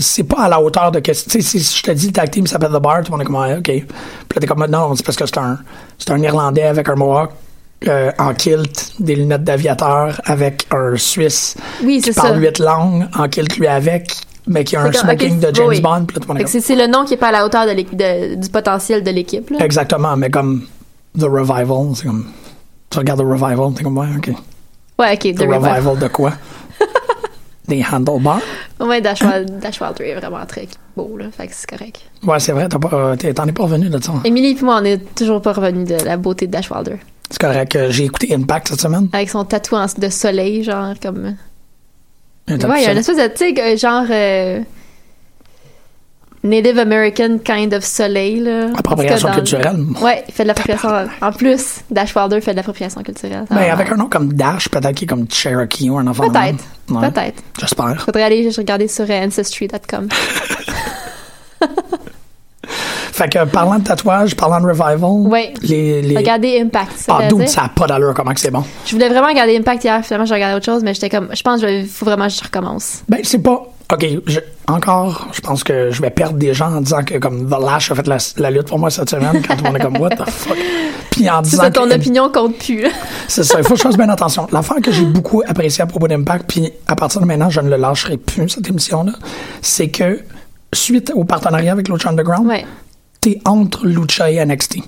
S4: C'est pas à la hauteur de. que- Tu sais, si je te dis le tag team s'appelle The Bar, tout le monde est comme, ouais, OK. Puis là, t'es comme, non, c'est parce que c'est un, c'est un Irlandais avec un Mohawk euh, en kilt, des lunettes d'aviateur, avec un Suisse
S6: Oui,
S4: qui
S6: c'est ça.
S4: parle huit langues, en kilt lui avec, mais qui a un
S6: Fait que, ok,
S4: smoking de
S6: oui,
S4: James
S6: oui.
S4: Bond, puis là, tout le monde
S6: Fait
S4: est
S6: que
S4: comme,
S6: c'est c'est le nom qui n'est pas à la hauteur de l'équ- de- du potentiel de l'équipe. là.
S4: Exactement, mais comme The Revival, c'est comme. Tu regardes The Revival, t'es comme, ouais, OK.
S6: Ouais, ok,
S4: The
S6: The Revival.
S4: Revival de quoi? Des handlebars?
S6: Ouais, Dash, Wild- Dash Wilder est vraiment très beau, là. Fait que c'est correct.
S4: Ouais, c'est vrai, t'as pas, euh, t'es- t'en es pas revenu de ça.
S6: Émilie et moi, on n'est toujours pas revenu de la beauté de Dash Wilder.
S4: C'est correct. euh, J'ai écouté Impact cette semaine.
S6: Avec son tatouage de soleil, genre, comme.
S4: Il y a un
S6: Ouais, il y a une
S4: épisode.
S6: espèce de, tu sais, que, genre. euh, Native American kind of soleil, là.
S4: Appropriation
S6: En tout cas, dans-
S4: culturelle.
S6: Ouais, il fait de l'appropriation. En plus, Dash Wilder fait de l'appropriation culturelle. Ça,
S4: Ben,
S6: vraiment.
S4: avec un nom comme Dash, peut-être qu'il est comme Cherokee ou un enfant. de même.
S6: Ah, Peut-être.
S4: Ouais,
S6: Peut-être.
S4: J'espère.
S6: Faudrait aller juste regarder sur euh, Ancestry.com.
S4: Fait que parlant de tatouage, parlant de revival,
S6: Ouais.
S4: les, les...
S6: Regardez Impact. ça
S4: Ah,
S6: veut
S4: d'où
S6: dire.
S4: ça a pas d'allure comment que c'est bon.
S6: Je voulais vraiment regarder Impact hier, finalement, j'ai regardé autre chose, mais j'étais comme, je pense, il faut vraiment que je recommence.
S4: Ben, c'est pas. OK, je- encore, je pense que je vais perdre des gens en disant que comme The Lash a fait la, la lutte pour moi cette semaine quand on est comme What the fuck. Puis en
S6: C'est
S4: disant
S6: ça, ton
S4: que-
S6: opinion compte plus, là.
S4: C'est ça, il faut que je fasse bien attention. L'affaire que j'ai beaucoup appréciée à propos d'Impact, puis à partir de maintenant, je ne le lâcherai plus, cette émission-là, c'est que suite au partenariat avec Lucha Underground,
S6: Ouais.
S4: t'es entre Lucha et NXT. Puis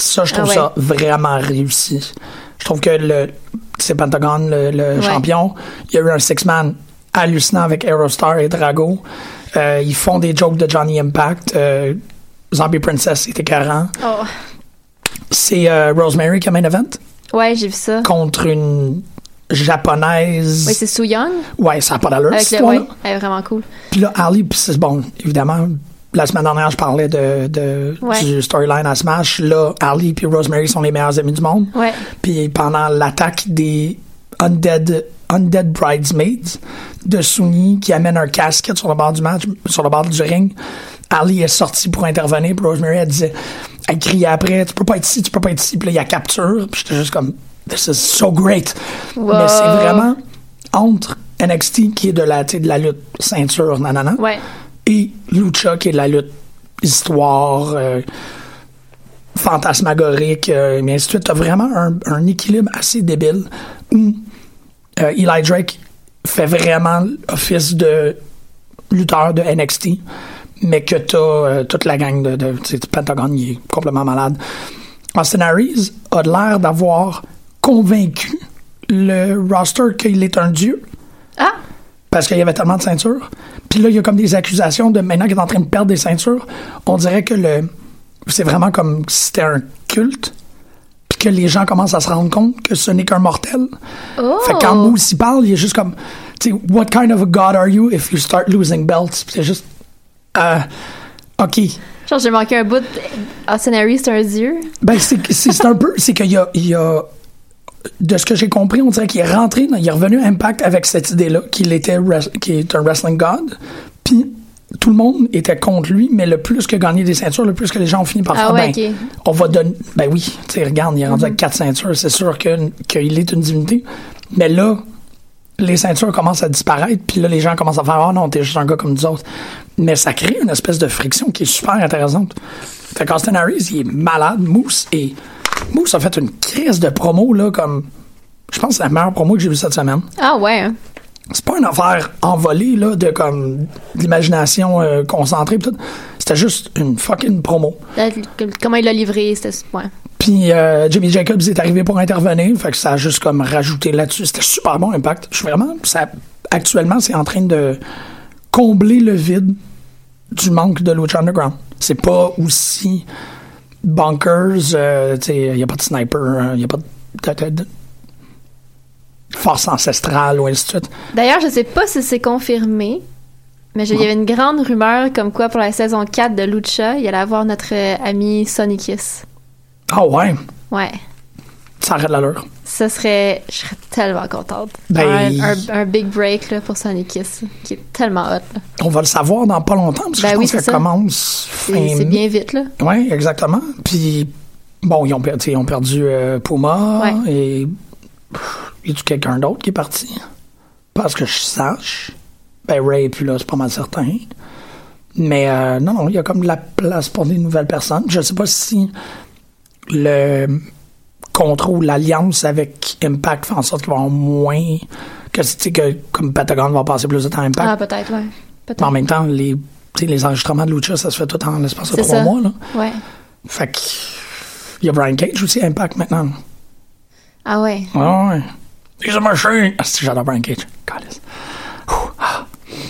S4: ça, je trouve
S6: Ah ouais.
S4: ça vraiment réussi. Je trouve que le c'est Pentagon, le, le
S6: Ouais.
S4: champion, il y a eu un six-man hallucinant avec Aerostar et Drago. Euh, ils font des jokes de Johnny Impact. Euh, Zombie Princess était écœurant.
S6: Oh.
S4: C'est euh, Rosemary qui a main event
S6: Ouais, j'ai vu ça.
S4: contre une japonaise.
S6: Oui, c'est Soo Young.
S4: ouais, ça n'a pas d'allure,
S6: Avec
S4: cette
S6: le, ouais,
S4: histoire-là.
S6: elle est vraiment cool.
S4: Puis là, Ali, puis c'est bon, évidemment, la semaine dernière, je parlais de, de-
S6: Ouais.
S4: du storyline à Smash. Là, Ali puis Rosemary sont les meilleurs amis du monde.
S6: Ouais.
S4: Puis pendant l'attaque des Undead, Undead Bridesmaids de Sunny qui amène un casquette sur le bord du match, sur le bord du ring, Ali est sorti pour intervenir. Puis Rosemary, elle disait, elle criait après, tu peux pas être ici, tu peux pas être ici. Puis là, il la capture. Puis j'étais juste comme, this is so great. Mais c'est vraiment entre NXT qui est de la, tu sais, de la lutte ceinture, nanana
S6: Ouais.
S4: et Lucha, qui est la lutte histoire euh, fantasmagorique, euh, mais ainsi de suite. T'as vraiment un, un équilibre assez débile où euh, Eli Drake fait vraiment office de lutteur de NXT, mais que t'as euh, toute la gang de, de tu sais, Pentagon, il est complètement malade. Austin Harris a l'air d'avoir convaincu le roster qu'il est un dieu
S6: Ah!
S4: parce qu'il y avait tellement de ceintures. Puis là, il y a comme des accusations de maintenant qu'il est en train de perdre des ceintures. On dirait que le c'est vraiment comme si c'était un culte. Puis que les gens commencent à se rendre compte que ce n'est qu'un mortel.
S6: Oh!
S4: Fait que quand Moose y parle, il est juste comme, tu sais, What kind of a god are you if you start losing belts? Puis c'est juste, euh, OK.
S6: Genre, j'ai manqué un bout. de- Austin Harry, c'est un dieu.
S4: Ben, c'est que- c'est c'est un peu, c'est qu'il y a, il y a- de ce que j'ai compris, on dirait qu'il est rentré, dans- il est revenu à Impact avec cette idée-là, qu'il était, res- qu'il est un wrestling god. Puis tout le monde était contre lui, mais le plus que gagner des ceintures, le plus que les gens ont fini par
S6: Ah
S4: faire, ben,
S6: ouais, ok. Mm-hmm.
S4: on va donner, ben oui, tu sais, regarde, il est rendu à quatre ceintures, c'est sûr que- qu'il est une divinité. Mais là, les ceintures commencent à disparaître, puis là, les gens commencent à faire, ah non, t'es juste un gars comme nous autres. Mais ça crée une espèce de friction qui est super intéressante. Fait qu'Austin Harris, il est malade. Moose, et Moose a fait une crise de promo, là, comme. Je pense que c'est la meilleure promo que j'ai vue cette semaine.
S6: Ah ouais. hein.
S4: C'est pas une affaire envolée, là, de comme. de l'imagination euh, concentrée, pis tout. C'était juste une fucking promo.
S6: Là, que- Comment il l'a livré, c'était ce point.
S4: Puis euh, Jimmy Jacobs est arrivé pour intervenir, fait que ça a juste comme rajouté là-dessus. C'était super bon Impact. Je suis vraiment, ça, actuellement, c'est en train de combler le vide du manque de Lucha Underground. C'est pas aussi bonkers, euh, tu sais, y a pas de sniper, hein, il y a pas de, de- de- de force ancestrale ou ainsi de suite.
S6: D'ailleurs, je sais pas si c'est confirmé, mais je- il y avait une grande rumeur comme quoi pour la saison 4 de Lucha, il allait avoir notre euh, ami Sonny Kiss.
S4: Ah ouais,
S6: Ouais.
S4: ça arrête l'allure.
S6: Ce serait. Je serais tellement contente.
S4: Ben,
S6: un, un- un big break là, pour Sonny Kiss, qui est tellement hot. là.
S4: On va le savoir dans pas longtemps, parce que
S6: Ben
S4: je
S6: oui,
S4: pense
S6: c'est
S4: que
S6: ça.
S4: commence
S6: C'est
S4: fin
S6: c'est bien vite, là.
S4: Oui, exactement. Puis, bon, ils ont, per- t'sais, ils ont perdu euh, Puma
S6: Ouais.
S4: et. pff, Y a-tu quelqu'un d'autre qui est parti? Parce que je sache. Ben, Ray est plus là, c'est pas mal certain. Mais euh, non, non, il y a comme de la place pour des nouvelles personnes. Je sais pas si le contrat ou l'alliance avec Impact fait en sorte qu'ils vont avoir moins. Que, t'sais, que comme Patagon va passer plus de temps à Impact.
S6: Ah, peut-être, ouais.
S4: Mais en
S6: Peut-être.
S4: même temps, les, t'sais, les enregistrements de Lucha, ça se fait tout en l'espace de
S6: C'est
S4: trois
S6: ça.
S4: mois. Là.
S6: Ouais.
S4: Fait que. Il y a Brian Cage aussi, Impact maintenant.
S6: Ah ouais.
S4: Ouais, ouais. He's a machine! Ah, si j'adore Brian Cage. ah, Calisse.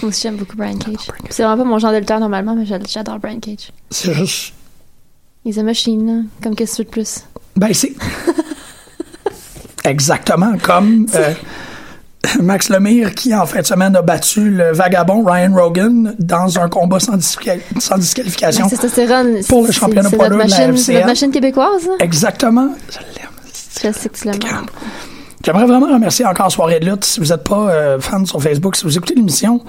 S6: Moi aussi, j'aime beaucoup Brian Cage. C'est vraiment pas mon genre de lutteur normalement, mais j'a- j'adore Brian Cage.
S4: C'est juste.
S6: He's a machine, là. Comme qu'est-ce que tu veux de plus?
S4: Ben, c'est. Exactement comme euh, Max Lemire qui, en fin de semaine, a battu le vagabond Ryan Rogan dans un combat sans, disquali- sans disqualification.
S6: Ben, c'est ça, c'est Ron.
S4: Pour le
S6: C'est-
S4: championnat
S6: c'est
S4: poids
S6: notre
S4: lourd de la
S6: machine- C'est
S4: FCL.
S6: notre machine québécoise, là.
S4: Exactement. Je l'aime.
S6: Je sais que tu l'aimes.
S4: Calme. Ah. J'aimerais vraiment remercier encore Soirée de lutte. Si vous n'êtes pas euh, fan sur Facebook, si vous écoutez l'émission,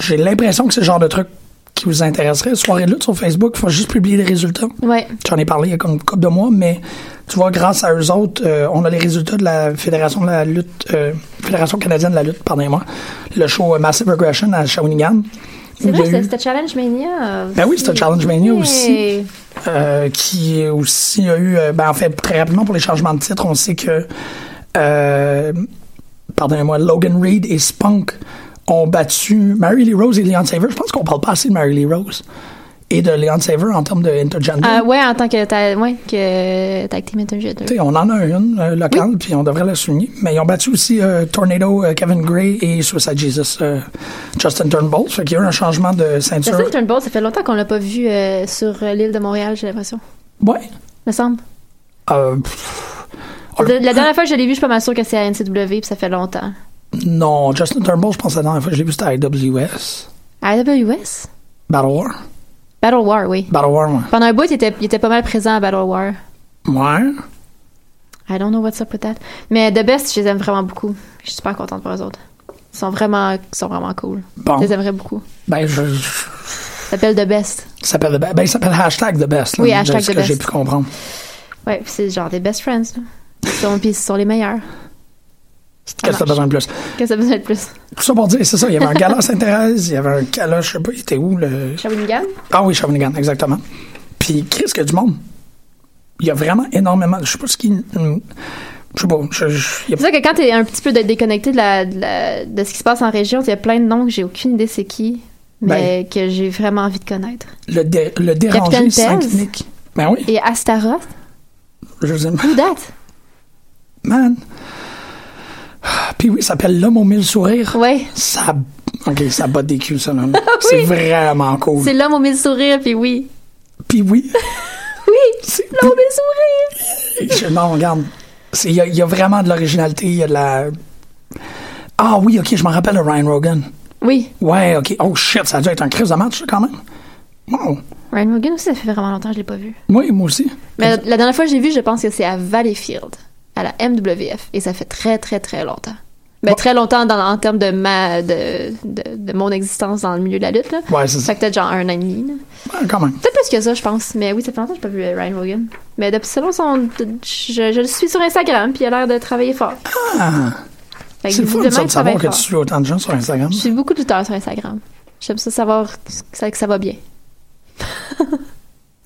S4: j'ai l'impression que c'est le genre de truc qui vous intéresserait. Soirée de lutte sur Facebook, il faut juste publier les résultats.
S6: Ouais.
S4: J'en ai parlé il y a comme une couple de mois, mais tu vois, grâce à eux autres, euh, on a les résultats de la Fédération de la lutte, euh, Fédération canadienne de la lutte, pardonnez-moi, le show euh, Massive Regression à Shawinigan.
S6: C'est
S4: Il y a
S6: vrai, c'est-
S4: eu-
S6: c'était Challenge Mania. euh,
S4: Ben oui, c'était
S6: aussi.
S4: Challenge Mania
S6: Yeah.
S4: aussi. euh, qui est aussi a eu, euh, ben, en fait, très rapidement pour les changements de titre, on sait que, euh, pardonnez-moi, Logan Reed et Spunk ont battu Mary Lee Rose et Leon Saver. Je pense qu'on parle pas assez de Mary Lee Rose et de Leon Saver en termes de intergender.
S6: Ah ouais, en tant que t'as ouais, que tag team intergender.
S4: Tu sais, on en a une euh, locale, puis on devrait la souligner. Mais ils ont battu aussi euh, Tornado, euh, Kevin Gray et Suicide Jesus, euh, Justin Turnbull. Fait qu'il y a eu un changement de
S6: Justin
S4: ceinture.
S6: Turnbull, ça fait longtemps qu'on l'a pas vu euh, sur euh, l'île de Montréal, j'ai l'impression.
S4: Ouais.
S6: Me semble.
S4: Euh, pff. Oh,
S6: De- la dernière fois que je l'ai vu, je suis pas mal sûre que c'est à NCW, puis ça fait longtemps.
S4: Non, Justin Turnbull, je pense que la dernière fois que je l'ai vu, c'était à AWS.
S6: À AWS?
S4: Battle War.
S6: Battle War, oui.
S4: Battle War, ouais.
S6: Pendant un bout, il était, il était pas mal présent à Battle War.
S4: Ouais.
S6: I don't know what's up with that. Mais The Best, je les aime vraiment beaucoup. Je suis super contente pour eux autres. Ils sont vraiment, ils sont vraiment cool.
S4: Bon.
S6: Je les aimerais beaucoup.
S4: Ben, je, je-
S6: Ça s'appelle The Best.
S4: ça s'appelle The Best. Ben, il s'appelle hashtag The Best. là,
S6: Oui,
S4: de
S6: hashtag
S4: ce
S6: The
S4: que j'ai
S6: Best.
S4: pu comprendre.
S6: Ouais, puis c'est genre des best friends. Là. Ils sont, puis ils sont les meilleurs.
S4: Qu'est-ce que t'as
S6: marche.
S4: besoin de plus?
S6: Qu'est-ce que ça besoin de plus?
S4: Tout ça pour dire, c'est ça, il y avait un gala à Sainte-Thérèse, il y avait un gala, je sais pas, il était où, le...
S6: Shawinigan?
S4: Ah oui, Shawinigan, exactement. Puis, Chris, qu'il y a du monde. Il y a vraiment énormément. Je sais pas ce qui. hum, Je sais pas. je- je- il y a-
S6: C'est sûr que quand t'es un petit peu de- déconnecté de, la, de, la- de ce qui se passe en région, il y a plein de noms que j'ai aucune idée c'est qui, mais que j'ai vraiment envie de connaître.
S4: le, dé- le dérangé
S6: Capitaine Pez.
S4: Saint-Nic. Ben oui.
S6: Et Astaroth,
S4: Je sais pas.
S6: Who dat?
S4: Man. Puis oui, ça s'appelle L'homme au mille sourires.
S6: Ouais.
S4: Ça. Ok, ça bat des culs, ça, non? C'est vraiment cool.
S6: C'est l'homme aux mille sourires, puis oui.
S4: Puis oui.
S6: Oui!
S4: c'est-
S6: L'homme aux mille sourires!
S4: Je- non, regarde. C'est- Il y, a- il y a vraiment de l'originalité, il y a de la. Ah oui, ok, je m'en rappelle de Ryan Rogan.
S6: Oui.
S4: Ouais, ok. Oh shit, ça a dû être un crise de match, quand même. Wow.
S6: Ryan Morgan aussi, ça fait vraiment longtemps que je l'ai pas vu.
S4: Oui, moi aussi.
S6: Mais la, la dernière fois que j'ai vu, je pense que c'est à Valleyfield, à la MWF. Et ça fait très, très, très longtemps. Ben, très longtemps dans, en termes de, ma, de, de, de mon existence dans le milieu de la lutte. Là.
S4: Ouais, c'est
S6: Ça
S4: ça.
S6: fait peut-être genre un an et demi. là.
S4: Ouais, quand même.
S6: Peut-être plus que ça, je pense. Mais oui, ça fait longtemps que je pas vu euh, Ryan Morgan. Mais depuis selon son. Je, je le suis sur Instagram, puis il a l'air de travailler fort.
S4: Ah,
S6: Fait que
S4: c'est le fun
S6: visiblement,
S4: ça,
S6: il
S4: de savoir
S6: travaille
S4: que
S6: fort.
S4: tu suis autant de gens sur Instagram.
S6: Je suis beaucoup de lutteurs sur Instagram. J'aime ça savoir que ça, que ça va bien.
S4: Mm-hmm.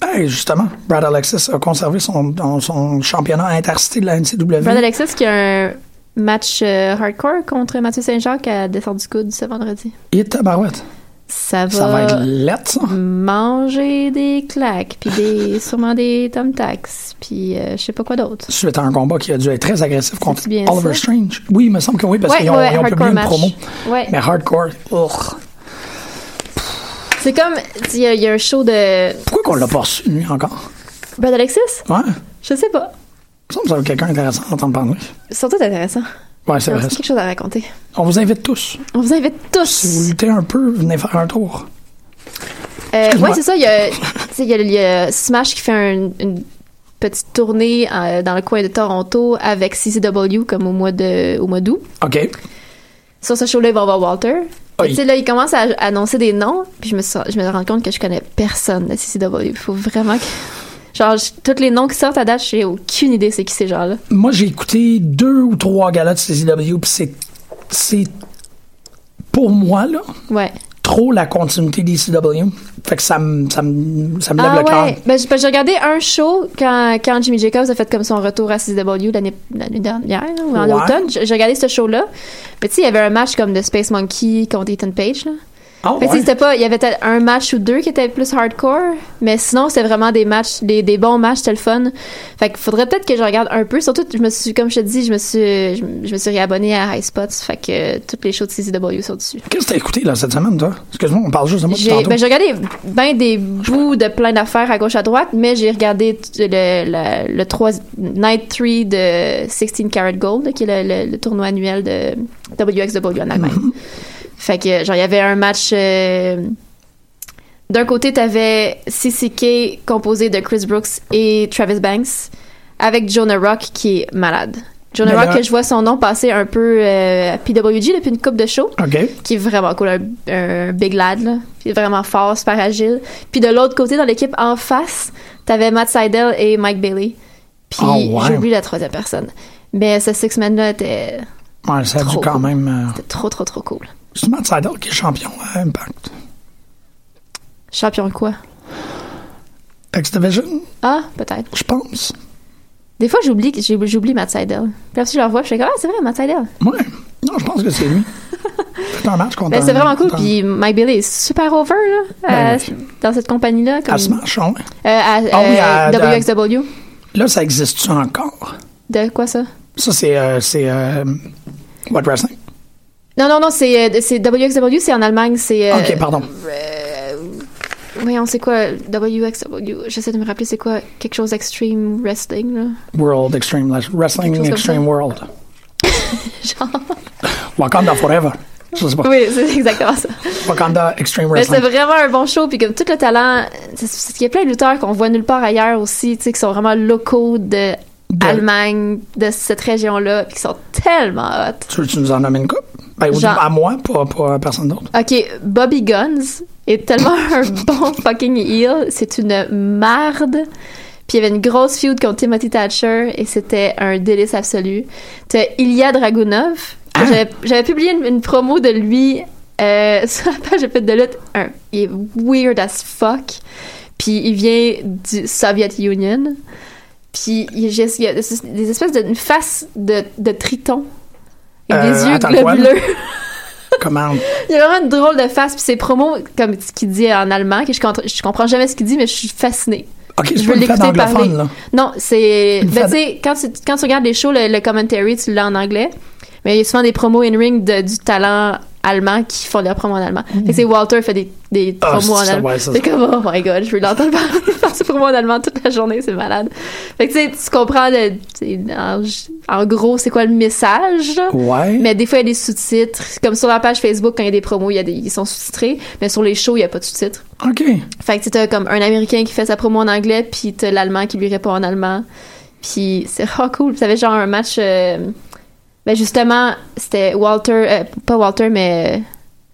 S4: Hey, justement, Brad Alexis a conservé son, dans son championnat intercité de la NCW.
S6: Brad Alexis qui a un match euh, hardcore contre Mathieu Saint-Jacques à descendre du coude ce vendredi.
S4: Et tabarouette.
S6: Ça va,
S4: Ça va être lettre, ça.
S6: manger des claques, puis des, sûrement des Tom Tax, puis euh, je sais pas quoi d'autre.
S4: Suite à un combat qui a dû être très agressif contre
S6: bien
S4: Oliver
S6: ça?
S4: Strange. Oui, il me semble que oui, parce
S6: Ouais,
S4: qu'ils ont,
S6: ouais,
S4: ils ont
S6: hardcore
S4: publié une
S6: match.
S4: promo.
S6: Ouais.
S4: Mais hardcore, urgh.
S6: C'est comme, il y, a- il y a un show de
S4: Pourquoi qu'on l'a pas reçu, lui, encore?
S6: Brad Alexis?
S4: Ouais.
S6: Je sais pas.
S4: Il me semble que ça avait quelqu'un intéressant à entendre parler.
S6: C'est tout intéressant.
S4: Ouais, c'est
S6: On a
S4: vrai.
S6: quelque chose à raconter.
S4: On vous invite tous.
S6: On vous invite
S4: Si vous
S6: tous.
S4: luttez un peu, venez faire un tour.
S6: Euh, ouais,
S4: Excuse-moi.
S6: c'est ça. Il y a, tu sais, il y a- il y a Smash qui fait un- une petite tournée euh, dans le coin de Toronto avec CCW comme au mois de au mois d'août.
S4: OK.
S6: Sur ce show-là, il va y avoir Walter.
S4: Oui.
S6: Et Tu sais, là, il commence à annoncer des noms, puis je me, sens- je me rends compte que je connais personne de CCW. Il faut vraiment que. Genre, je- tous les noms qui sortent à date, j'ai aucune idée c'est qui ces gens-là.
S4: Moi, j'ai écouté deux ou trois galas de CCW, puis c'est- c'est, pour moi, là,
S6: Ouais.
S4: trop la continuité des CW. Fait que ça me, ça me, ça me lève
S6: Ah
S4: le cœur.
S6: ouais. Ben, j'ai ben, j'ai regardé un show quand, quand Jimmy Jacobs a fait comme son retour à CCW l'année l'année dernière ou en
S4: Ouais.
S6: automne. J'ai j'ai regardé ce show-là. Mais tu sais, il y avait un match comme de Space Monkey contre Ethan Page, là.
S4: Ah
S6: Fait que, tu sais,
S4: ouais?
S6: c'était pas, il y avait peut-être un match ou deux qui étaient plus hardcore, mais sinon c'était vraiment des matchs, des, des bons matchs, c'était le fun. Fait que faudrait peut-être que je regarde un peu. Surtout, je me suis, comme je te dis, je me suis, je, me- je me suis réabonnée à High Spots, fait que euh, toutes les shows de CCW sont dessus.
S4: Qu'est-ce que t'as écouté là, cette semaine, toi? Excuse-moi, on parle juste de moi depuis
S6: J'ai
S4: tantôt.
S6: ben, j'ai regardé ben des bouts de plein d'affaires à gauche à droite, mais j'ai regardé t- le, la- le, 3, Night 3 de 16 Karat Gold, qui est le, le- le tournoi annuel de WXW en Allemagne. Fait que, genre, il y avait un match. euh, D'un côté, t'avais CCK composé de Chris Brooks et Travis Banks, avec Jonah Rock qui est malade. Jonah
S4: Mais
S6: Rock,
S4: là-
S6: que je vois son nom passer un peu euh, à PWG depuis une coupe de show
S4: OK.
S6: qui est vraiment cool, un, un big lad, là. Puis vraiment fort, super agile. Puis de l'autre côté, dans l'équipe en face, t'avais Matt Seidel et Mike Bailey. Puis
S4: Oh, wow.
S6: j'oublie la troisième personne. Mais ce six-man-là était,
S4: Ouais, ça a dû
S6: Trop.
S4: quand même. euh,
S6: était trop, trop, trop cool.
S4: C'est Matt Seidel qui est champion à Impact.
S6: Champion de quoi?
S4: X-Division,
S6: Ah, peut-être.
S4: je pense.
S6: Des fois, j'oublie, que- j'ai- j'oublie Matt Seidel. Puis après, je le revois, puis je fais comme, ah, c'est vrai, Matt Seidel.
S4: Ouais. Non, je pense que c'est lui. c'est un match contre.
S6: Ben, c'est
S4: un-
S6: vraiment cool.
S4: contre un-
S6: Puis Mike Bailey est super over, là, à-
S4: Ben,
S6: dans cette compagnie-là. Comme,
S4: À Smash, ouais.
S6: Euh, à,
S4: Ah oui,
S6: euh,
S4: à- à-
S6: WXW.
S4: Là, ça existe encore?
S6: De quoi ça?
S4: Ça, c'est. euh, c'est euh, What Wrestling?
S6: Non, non, non, c'est euh, c'est WXW, c'est en Allemagne, c'est... euh,
S4: ok, pardon.
S6: Voyons, c'est quoi WXW J'essaie de me rappeler, c'est quoi Quelque chose Extreme Wrestling, là
S4: World Extreme Wrestling
S6: Quelque chose
S4: Extreme
S6: comme ça.
S4: World.
S6: Genre.
S4: Wakanda Forever. Je sais pas.
S6: Oui, Ben, c'est exactement ça.
S4: Wakanda Extreme
S6: Mais c'est
S4: Wrestling.
S6: vraiment un bon show, puis comme tout le talent, c'est- c'est qu'il y a plein de lutteurs qu'on voit nulle part ailleurs aussi, tu sais, qui sont vraiment locaux de.
S4: De-
S6: Allemagne, de cette région-là, puis qui sont tellement hot.
S4: Tu, tu nous en nommes une coupe? Ben, ou
S6: Genre-
S4: à moi, pas, pas à personne d'autre.
S6: Ok, Bobby Guns est tellement un bon fucking heel, c'est une marde. Puis il y avait une grosse feud contre Timothy Thatcher et c'était un délice absolu. T'as Ilya Dragunov.
S4: Hein?
S6: J'avais- J'avais publié une, une promo de lui euh, sur la page de Pute de lutte. Un, il est weird as fuck. Puis il vient du Soviet Union. Puis il, est juste- il a des des espèces de une face de, de triton. Il a
S4: Euh,
S6: des yeux
S4: attends, quoi, là?
S6: globuleux.
S4: Comment?
S6: Il y a vraiment une drôle de face, puis ses promos, comme ce qu'il dit en allemand, que je, contre- je comprends jamais ce qu'il dit, mais je suis fascinée.
S4: Ok,
S6: Je
S4: c'est
S6: veux
S4: pas une fête
S6: l'écouter parler.
S4: anglophone, là.
S6: Non, c'est.
S4: Une
S6: Ben,
S4: fan-
S6: tu sais, quand, tu- quand tu regardes les shows, le, le commentary, tu l'as en anglais. Mais il y a souvent des promos in-ring de- du talent allemand qui font des promos en allemand. Fait que c'est Walter fait des, des
S4: Mm. Ah,
S6: promos en
S4: c'est ça,
S6: allemand.
S4: ouais, ça,
S6: c'est
S4: ça.
S6: comme, oh my god, je veux l'entendre parler, faire ses promos en allemand toute la journée, c'est malade. Fait que tu sais, tu comprends, le- tu sais, en, en gros, c'est quoi le message, là.
S4: Ouais.
S6: Mais des fois, il y a des sous-titres. Comme sur la page Facebook, quand il y a des promos, il y a des, ils sont sous-titrés. Mais sur les shows, il n'y a pas de sous-titres.
S4: OK.
S6: Fait que tu sais, t'as comme un Américain qui fait sa promo en anglais, puis t'as l'Allemand qui lui répond en allemand. Puis c'est vraiment cool. Ça fait genre un match. euh, ben justement, c'était Walter, euh, pas Walter, mais. euh,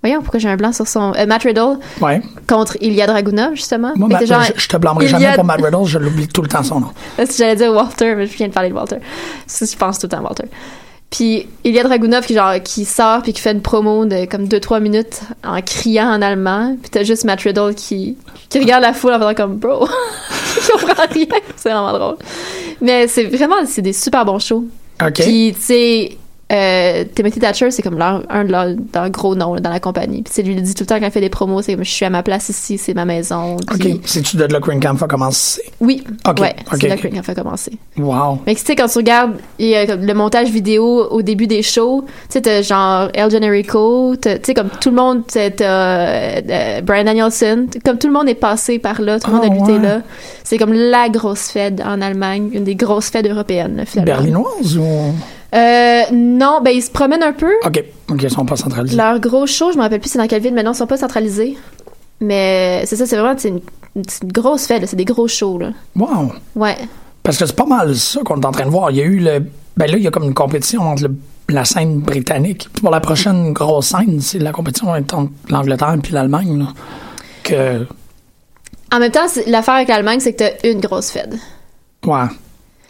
S6: Voyons pourquoi j'ai un blanc sur son. euh, Matt Riddle
S4: Ouais.
S6: contre Ilya Dragunov, justement.
S4: Moi,
S6: Fait
S4: Matt-
S6: que c'est genre-
S4: je, je te blâmerai
S6: il y
S4: jamais
S6: a-
S4: pour Matt Riddle, je l'oublie tout le temps son nom.
S6: Parce que j'allais dire Walter, mais je viens de parler de Walter. Ça, Je pense tout le temps à Walter. Puis il y a Dragunov qui, genre, qui sort puis qui fait une promo de comme 2-3 minutes en criant en allemand. Puis t'as juste Matt Riddle qui, qui regarde la foule en faisant comme bro. Je comprends rien. C'est vraiment drôle. Mais c'est vraiment c'est des super bons shows.
S4: OK.
S6: Puis tu sais, euh, Timothy Thatcher, c'est comme leur, un de leurs leurs gros noms là, dans la compagnie. Puis tu sais, lui il dit tout le temps quand il fait des promos, c'est comme je suis à ma place ici, c'est ma maison.
S4: OK.
S6: Puis-
S4: C'est-tu de là que Ring Camp a commencé?
S6: Oui,
S4: Ok,
S6: ouais,
S4: ok,
S6: c'est là
S4: ok.
S6: que Ring of a commencé.
S4: Wow.
S6: Mais tu sais, quand tu regardes il y a comme le montage vidéo au début des shows, tu sais, t'as genre El Generico, t'as- tu sais, comme tout le monde, t'as t'as, euh, euh, Brian Danielson, t- comme tout le monde est passé par là, tout le monde
S4: Ah,
S6: a lutté
S4: ouais.
S6: là. C'est comme la grosse fête en Allemagne, une des grosses fêtes européennes, là, finalement.
S4: Berlinoise ou.
S6: Euh, non, ben ils se promènent un peu.
S4: OK. OK, ils sont pas centralisés.
S6: Leur gros show, je me rappelle plus c'est dans quelle ville, mais non, ils sont pas centralisés. Mais c'est ça, c'est vraiment c'est une, c'est une grosse fête, là, c'est des gros shows, là.
S4: Wow.
S6: Ouais.
S4: Parce que c'est pas mal ça qu'on est en train de voir. Il y a eu le. Ben là, il y a comme une compétition entre le- la scène britannique. Puis Pour la prochaine grosse scène, c'est la compétition entre l'Angleterre puis l'Allemagne. là. Que.
S6: En même temps, c'est- l'affaire avec l'Allemagne, c'est que t'as une grosse fête.
S4: Ouais.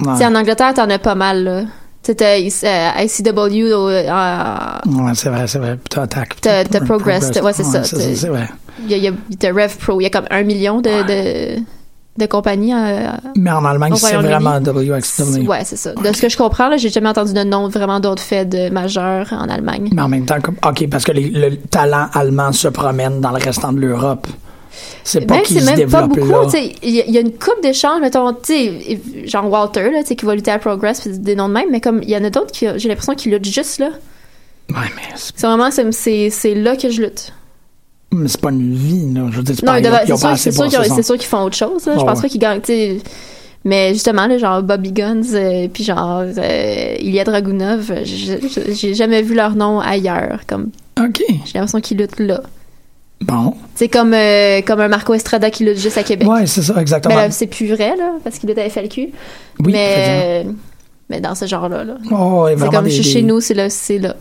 S4: Ouais.
S6: Tu sais, en Angleterre, t'en as pas mal, là. Tu sais, t'as euh, ICW, au- euh,
S4: Ouais, c'est vrai, c'est vrai. Puis t'as attaque.
S6: T'as- t'as Progress, t'as- ouais, c'est ça,
S4: C'est,
S6: t'as-
S4: c'est vrai.
S6: il y a, il y a- t'as Rev Pro, il y a comme un million de, de, de compagnies. euh,
S4: Mais en Allemagne,
S6: Au
S4: c'est
S6: Royaume-Uni.
S4: vraiment WXW.
S6: ouais, c'est ça. De ce que je comprends, là, j'ai jamais entendu de nom vraiment d'autres fêtes euh, majeures en Allemagne.
S4: Mais en même temps, comme, OK, parce que les- le talent allemand se promène dans le restant de l'Europe. C'est pas
S6: Même
S4: qu'il
S6: Ben, c'est
S4: se
S6: même pas
S4: développe
S6: beaucoup,
S4: là.
S6: tu sais, il y, a- il y a une coupe d'échanges, mettons, tu sais, genre Walter, là, tu sais, qui va lutter à Progress, puis des noms de même, mais comme il y en a d'autres qui, j'ai l'impression qu'ils luttent juste là.
S4: Ouais, mais c'est,
S6: C'est vraiment, c'est- c'est c'est là que je lutte.
S4: mais c'est pas une vie, là. Je veux dire, c'est
S6: Non,
S4: pas-
S6: ils doivent-
S4: ils ont
S6: c'est
S4: pas
S6: sûr,
S4: assez
S6: c'est sûr
S4: pour
S6: qu'ils ont-
S4: ça.
S6: c'est sûr qu'ils font autre chose. là.
S4: Ouais,
S6: je pense
S4: ouais.
S6: pas qu'ils gagnent. tu sais. Mais justement, là, genre Bobby Guns, euh, puis genre euh, Ilya Dragunov, euh, je- je- j'ai jamais vu leur nom ailleurs. Comme
S4: OK.
S6: j'ai l'impression qu'ils luttent là.
S4: Bon.
S6: C'est comme euh, comme un Marco Estrada qui lutte juste à Québec.
S4: Ouais, c'est ça,
S6: mais
S4: exactement.
S6: là, c'est plus vrai là, parce qu'il lutte à FLQ.
S4: oui, effectivement.
S6: mais euh, mais dans ce genre là, là.
S4: Oh, ouais,
S6: c'est
S4: vraiment
S6: comme
S4: des-
S6: je suis
S4: des-
S6: chez nous, c'est là, c'est là.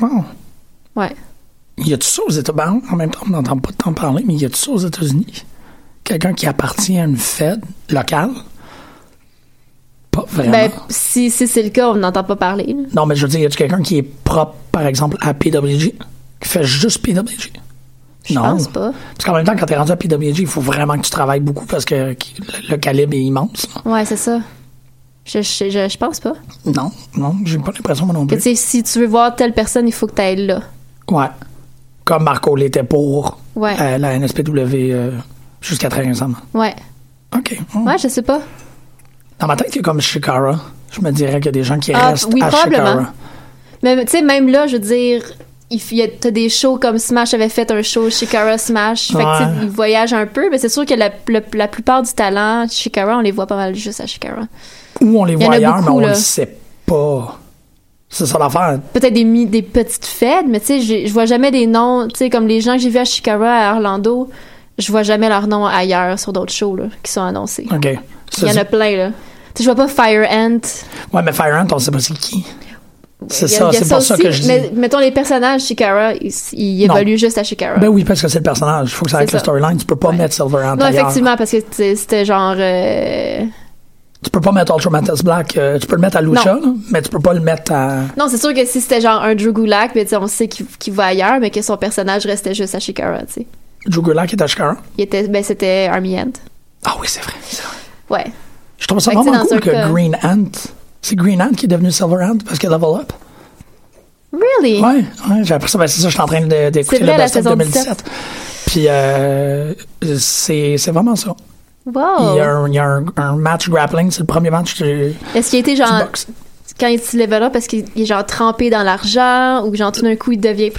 S4: Wow.
S6: Ouais.
S4: Il y a tout ça aux États-Unis. En même temps, on n'entend pas tant parler, mais il y a tout ça aux États-Unis. Quelqu'un qui appartient à une fête locale. Pas vraiment.
S6: Ben si si c'est le cas, on n'entend pas parler. là.
S4: Non, mais je veux dire, y a-tu quelqu'un qui est propre, par exemple, à PWG, qui fait juste PWG?
S6: Je
S4: non.
S6: pense pas.
S4: Parce qu'en même temps, quand t'es rendu à PWG, il faut vraiment que tu travailles beaucoup parce que qui- le, le calibre est immense. là.
S6: Ouais, c'est ça. Je, je, je, je pense pas.
S4: Non, non, j'ai pas l'impression, moi non
S6: Que,
S4: plus.
S6: tu sais, si tu veux voir telle personne, il faut que tu ailles là.
S4: Ouais. Comme Marco l'était pour
S6: Ouais.
S4: euh, la NSPW euh, jusqu'à très récemment.
S6: Ouais.
S4: OK. Mm.
S6: Ouais, je sais pas.
S4: Dans ma tête, il y a comme Shikara. Je me dirais qu'il y a des gens qui
S6: Ah,
S4: restent
S6: oui,
S4: à
S6: probablement.
S4: Shikara.
S6: Mais tu sais, même là, je veux dire, il f- il y a- t'as des shows comme Smash avait fait un show Shikara Smash. Fait que, tu
S4: Ouais.
S6: sais, ils voyagent un peu, mais c'est sûr que la, le- la plupart du talent Shikara, on les voit pas mal juste à Shikara.
S4: Ou on les
S6: Il y en
S4: voit
S6: a
S4: ailleurs, mais
S6: beaucoup,
S4: on
S6: là.
S4: le sait pas. C'est ça l'affaire.
S6: Peut-être des, mi- des petites fêtes, mais tu sais, j'ai- je vois jamais des noms, tu sais, comme les gens que j'ai vus à Shikara, à Orlando, je vois jamais leurs noms ailleurs sur d'autres shows là, qui sont annoncés.
S4: OK.
S6: Il y en
S4: C'est-
S6: a plein, là. Tu sais, je vois pas Fire Ant.
S4: Ouais, mais Fire Ant, on sait pas c'est qui. C'est
S6: Il y a-
S4: ça,
S6: il y a
S4: c'est pour ça
S6: aussi,
S4: que je dis.
S6: Mais mettons les personnages Shikara, ils, ils
S4: Non.
S6: évoluent juste à Shikara.
S4: Ben oui, parce que c'est le personnage. Il faut que ça
S6: C'est
S4: aille avec le
S6: ça.
S4: storyline. Tu peux pas
S6: Ouais.
S4: mettre Silverhand
S6: non,
S4: ailleurs.
S6: effectivement, parce que c'est- c'était genre. euh,
S4: Tu peux pas mettre Ultra Mantis Black. euh, tu peux le mettre à Lucha, là, mais tu peux pas le mettre à.
S6: Non, c'est sûr que si c'était genre un Drew Gulak, ben, tu sais, on sait qu'il qu'il va ailleurs, mais que son personnage restait juste à Shikara. tu sais.
S4: Jugula qui est à Shikara.
S6: Il était, ben, c'était Army Ant.
S4: Ah oui, c'est vrai. c'est vrai.
S6: Ouais.
S4: Je trouve ça
S6: Fait que
S4: vraiment
S6: c'est
S4: cool
S6: dans un
S4: que
S6: cas-
S4: Green Ant. C'est Green Ant qui est devenu Silverhand parce qu'il level up.
S6: Really?
S4: Ouais, ouais j'ai appris ça. Ben, c'est ça, je suis en train de- d'écouter
S6: C'est
S4: le
S6: vrai, la
S4: best-of
S6: saison
S4: 2017. Puis euh, c'est c'est vraiment ça.
S6: Wow!
S4: Il y a, un, il y a un- un match grappling, c'est le premier match que
S6: Est-ce qu'il était
S4: du
S6: genre.
S4: boxe.
S6: Quand il se level up, parce qu'il est genre trempé dans l'argent ou genre tout d'un coup il devient.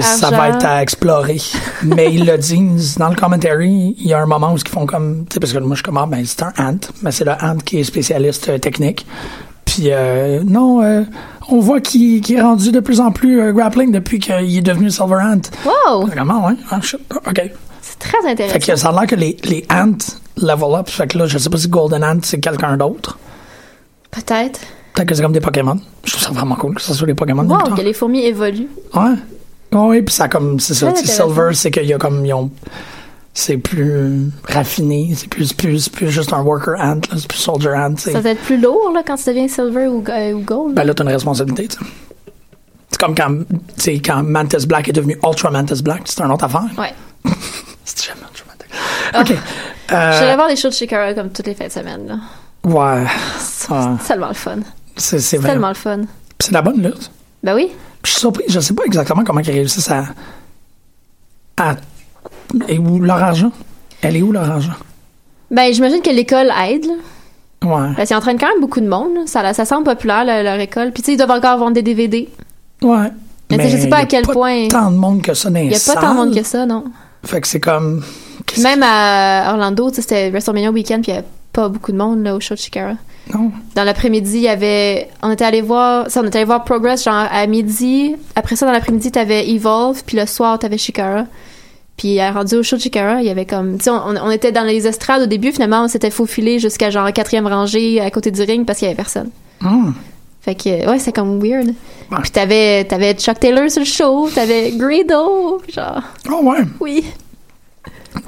S4: Ça
S6: argent?
S4: va être à explorer. mais il l'a dit dans le commentary, il y a un moment où ils font comme. Tu sais, parce que moi, je suis comme, ah, ben, c'est un ant, mais c'est le ant qui est spécialiste euh, technique. Puis, euh, non, euh, on voit qu'il qu'il est rendu de plus en plus euh, grappling depuis qu'il est devenu Silver Ant.
S6: Wow!
S4: Comment, ouais? Ah, shit. Ah, OK.
S6: C'est très
S4: Fait
S6: intéressant.
S4: que ça a l'air que les, les Ants level up. Fait que là, je sais pas si Golden Ant, c'est quelqu'un d'autre.
S6: Peut-être.
S4: Peut-être que c'est comme des Pokémon. Je trouve ça vraiment cool que ce soit des Pokémon.
S6: Wow,
S4: plus tard.
S6: que les fourmis évoluent.
S4: Ouais. Oui, puis ça comme c'est ça,
S6: Très
S4: tu sais,
S6: intéressant.
S4: Silver, c'est qu'il y a comme ils ont c'est plus raffiné, c'est plus, plus c'est plus juste un worker ant, là, c'est plus soldier ant, tu sais.
S6: Ça va être plus lourd là, quand tu deviens silver ou, euh, ou gold.
S4: Ben là t'as une responsabilité, tu sais. C'est comme quand tu sais quand Mantis Black est devenu Ultra Mantis Black, c'est une autre affaire.
S6: ouais.
S4: C'est jamais Ultra
S6: Ah.
S4: Mantis. OK. Euh,
S6: J'allais voir les shows de Shikara comme toutes les fins de semaine. Là.
S4: Ouais. Ouais.
S6: C'est tellement le fun.
S4: C'est c'est
S6: C'est
S4: vrai.
S6: tellement le fun.
S4: Puis C'est la bonne lutte.
S6: Ben oui.
S4: Je suis surpris, je sais pas exactement comment ils réussissent à à et où leur argent Elle est où leur argent
S6: Ben, j'imagine que l'école aide. Là.
S4: Ouais.
S6: Parce qu'ils entraînent quand même beaucoup de monde. là. Ça, ça semble populaire, le- leur école. Puis, tu sais, ils doivent encore vendre des DVD.
S4: Ouais.
S6: Mais tu sais, je sais pas
S4: y a
S6: à quel point-
S4: Tant de monde que ça dans
S6: Il n'y a pas tant de monde que ça, non.
S4: Fait que c'est comme.
S6: Puis même à Orlando, tu sais, c'était WrestleMania Weekend, puis il n'y avait pas beaucoup de monde là, au show de Shikara.
S4: Non.
S6: Dans l'après-midi, il y avait. On était allé voir. Ça, on était allé voir Progress, genre à midi. Après ça, dans l'après-midi, t'avais Evolve. Puis le soir, t'avais Shikara. Puis euh, rendu au show de Shikara, il y avait comme. Tu sais, on, on était dans les estrades au début. Finalement, on s'était faufilé jusqu'à genre quatrième rangée à côté du ring parce qu'il y avait personne.
S4: Hum.
S6: Fait que, ouais, c'est comme weird.
S4: Ouais.
S6: Puis t'avais, t'avais Chuck Taylor sur le show. T'avais Greedo. Genre,
S4: Oh ouais.
S6: oui.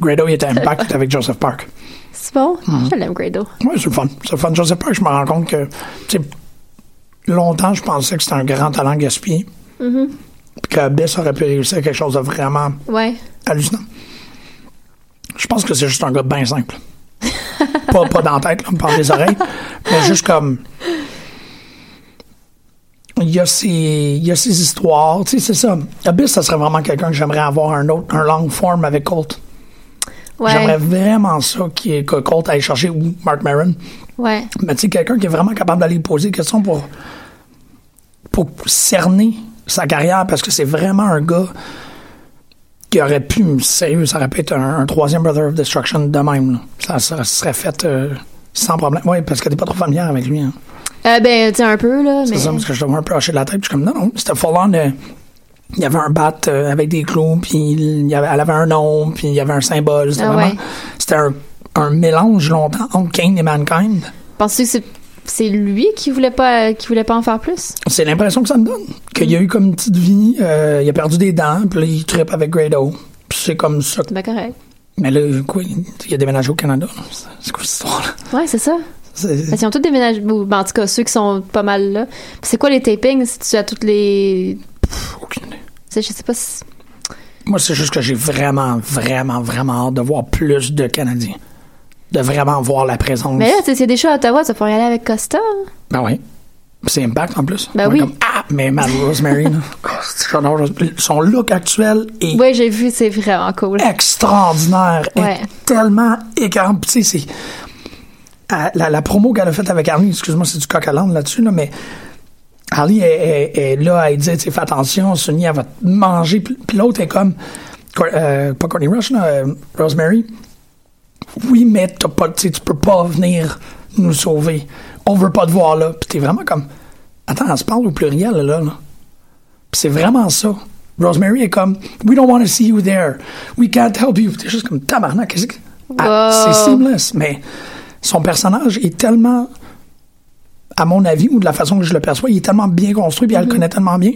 S4: Grado, il était à Impact avec Joseph Park.
S6: C'est bon.
S4: Hmm.
S6: Je l'aime, Greedo.
S4: Ouais, c'est le fun. C'est le fun. Joseph Park, je me rends compte que. Tu sais, longtemps, je pensais que c'était un grand talent gaspillé.
S6: Mm-hmm.
S4: Puis que Biss aurait pu réussir quelque chose de vraiment
S6: Ouais.
S4: hallucinant. Je pense que c'est juste un gars bien simple. pas, pas dans la tête, là, par les oreilles, mais juste comme. Il y, a ces, il y a ces histoires, tu sais, c'est ça. Abyss, ça serait vraiment quelqu'un que j'aimerais avoir un autre, un long form avec Colt. J'aimerais
S6: Ouais.
S4: vraiment ça qu'il y ait- que Colt aille chercher ou Mark Maron.
S6: Ouais.
S4: Mais Ben, tu sais, quelqu'un qui est vraiment capable d'aller poser des questions pour, pour cerner sa carrière, parce que c'est vraiment un gars qui aurait pu, sérieux, ça aurait pu être un, un troisième Brother of Destruction de même. là. Ça, ça serait fait euh, sans problème. Oui, parce que t'es pas trop familière avec lui. hein.
S6: Euh, ben, tu sais, un peu, là.
S4: C'est
S6: Mais...
S4: ça, parce que je te vois un peu haché de la tête. puis Je suis comme, non, non, c'était full on. euh, il y avait un bat euh, avec des clous, puis il y avait, elle avait un nom, puis il y avait un symbole. C'était
S6: Ah
S4: vraiment-
S6: ouais.
S4: c'était un, un mélange longtemps entre Kane et Mankind.
S6: Penses-tu que c'est, c'est lui qui voulait pas qui voulait pas en faire plus?
S4: C'est l'impression que ça me donne. Qu'il y a eu comme une petite vie, euh, il a perdu des dents, puis là, il trippe avec Grado. Puis c'est comme ça. que-
S6: C'est bien correct.
S4: Mais là, quoi, il il a déménagé au Canada. C'est- C'est quoi cette histoire-là?
S6: Ouais, c'est ça.
S4: C'est-
S6: Parce qu'ils ont tous déménagé. ou, ben, en tout cas, ceux qui sont pas mal là. Puis c'est quoi les tapings? Si tu as toutes les.
S4: aucune idée.
S6: tu sais, Je sais pas si.
S4: Moi, c'est juste que j'ai vraiment, vraiment, vraiment hâte de voir plus de Canadiens. De vraiment voir la présence.
S6: Mais là, tu sais, s'il y a des shows à Ottawa, tu vas pouvoir y aller avec Costa.
S4: Ben oui. Puis C'est Impact en plus.
S6: Ben
S4: On est
S6: oui.
S4: comme, ah, mais Mad Rosemary, là. Oh, c'est- j'adore Rosemary. son look actuel est
S6: Ouais, j'ai vu, c'est vraiment cool.
S4: Eh, extraordinaire
S6: Ouais.
S4: et tellement écœurant. Puis Tu sais, c'est. à- La, la promo qu'elle a faite avec Harley, excuse-moi, c'est du coq à l'âne là-dessus, là, mais Harley est, est- est là, elle dit, tu sais, fais attention, Sunny, elle va te manger. Puis puis l'autre est comme, Cor- euh, pas Courtney Rush, là, euh, Rosemary. Oui, mais t'as pas, tu sais, tu peux pas venir nous sauver. On veut pas te voir là. Puis t'es vraiment comme, attends, elle se parle au pluriel, là. là. Puis c'est vraiment ça. Rosemary est comme, we don't want to see you there. We can't help you. T'es juste comme, tabarnak, qu'est-ce que... Ah,
S6: Wow.
S4: c'est seamless, mais son personnage est tellement, à mon avis, ou de la façon que je le perçois, il est tellement bien construit, puis elle le connaît tellement bien,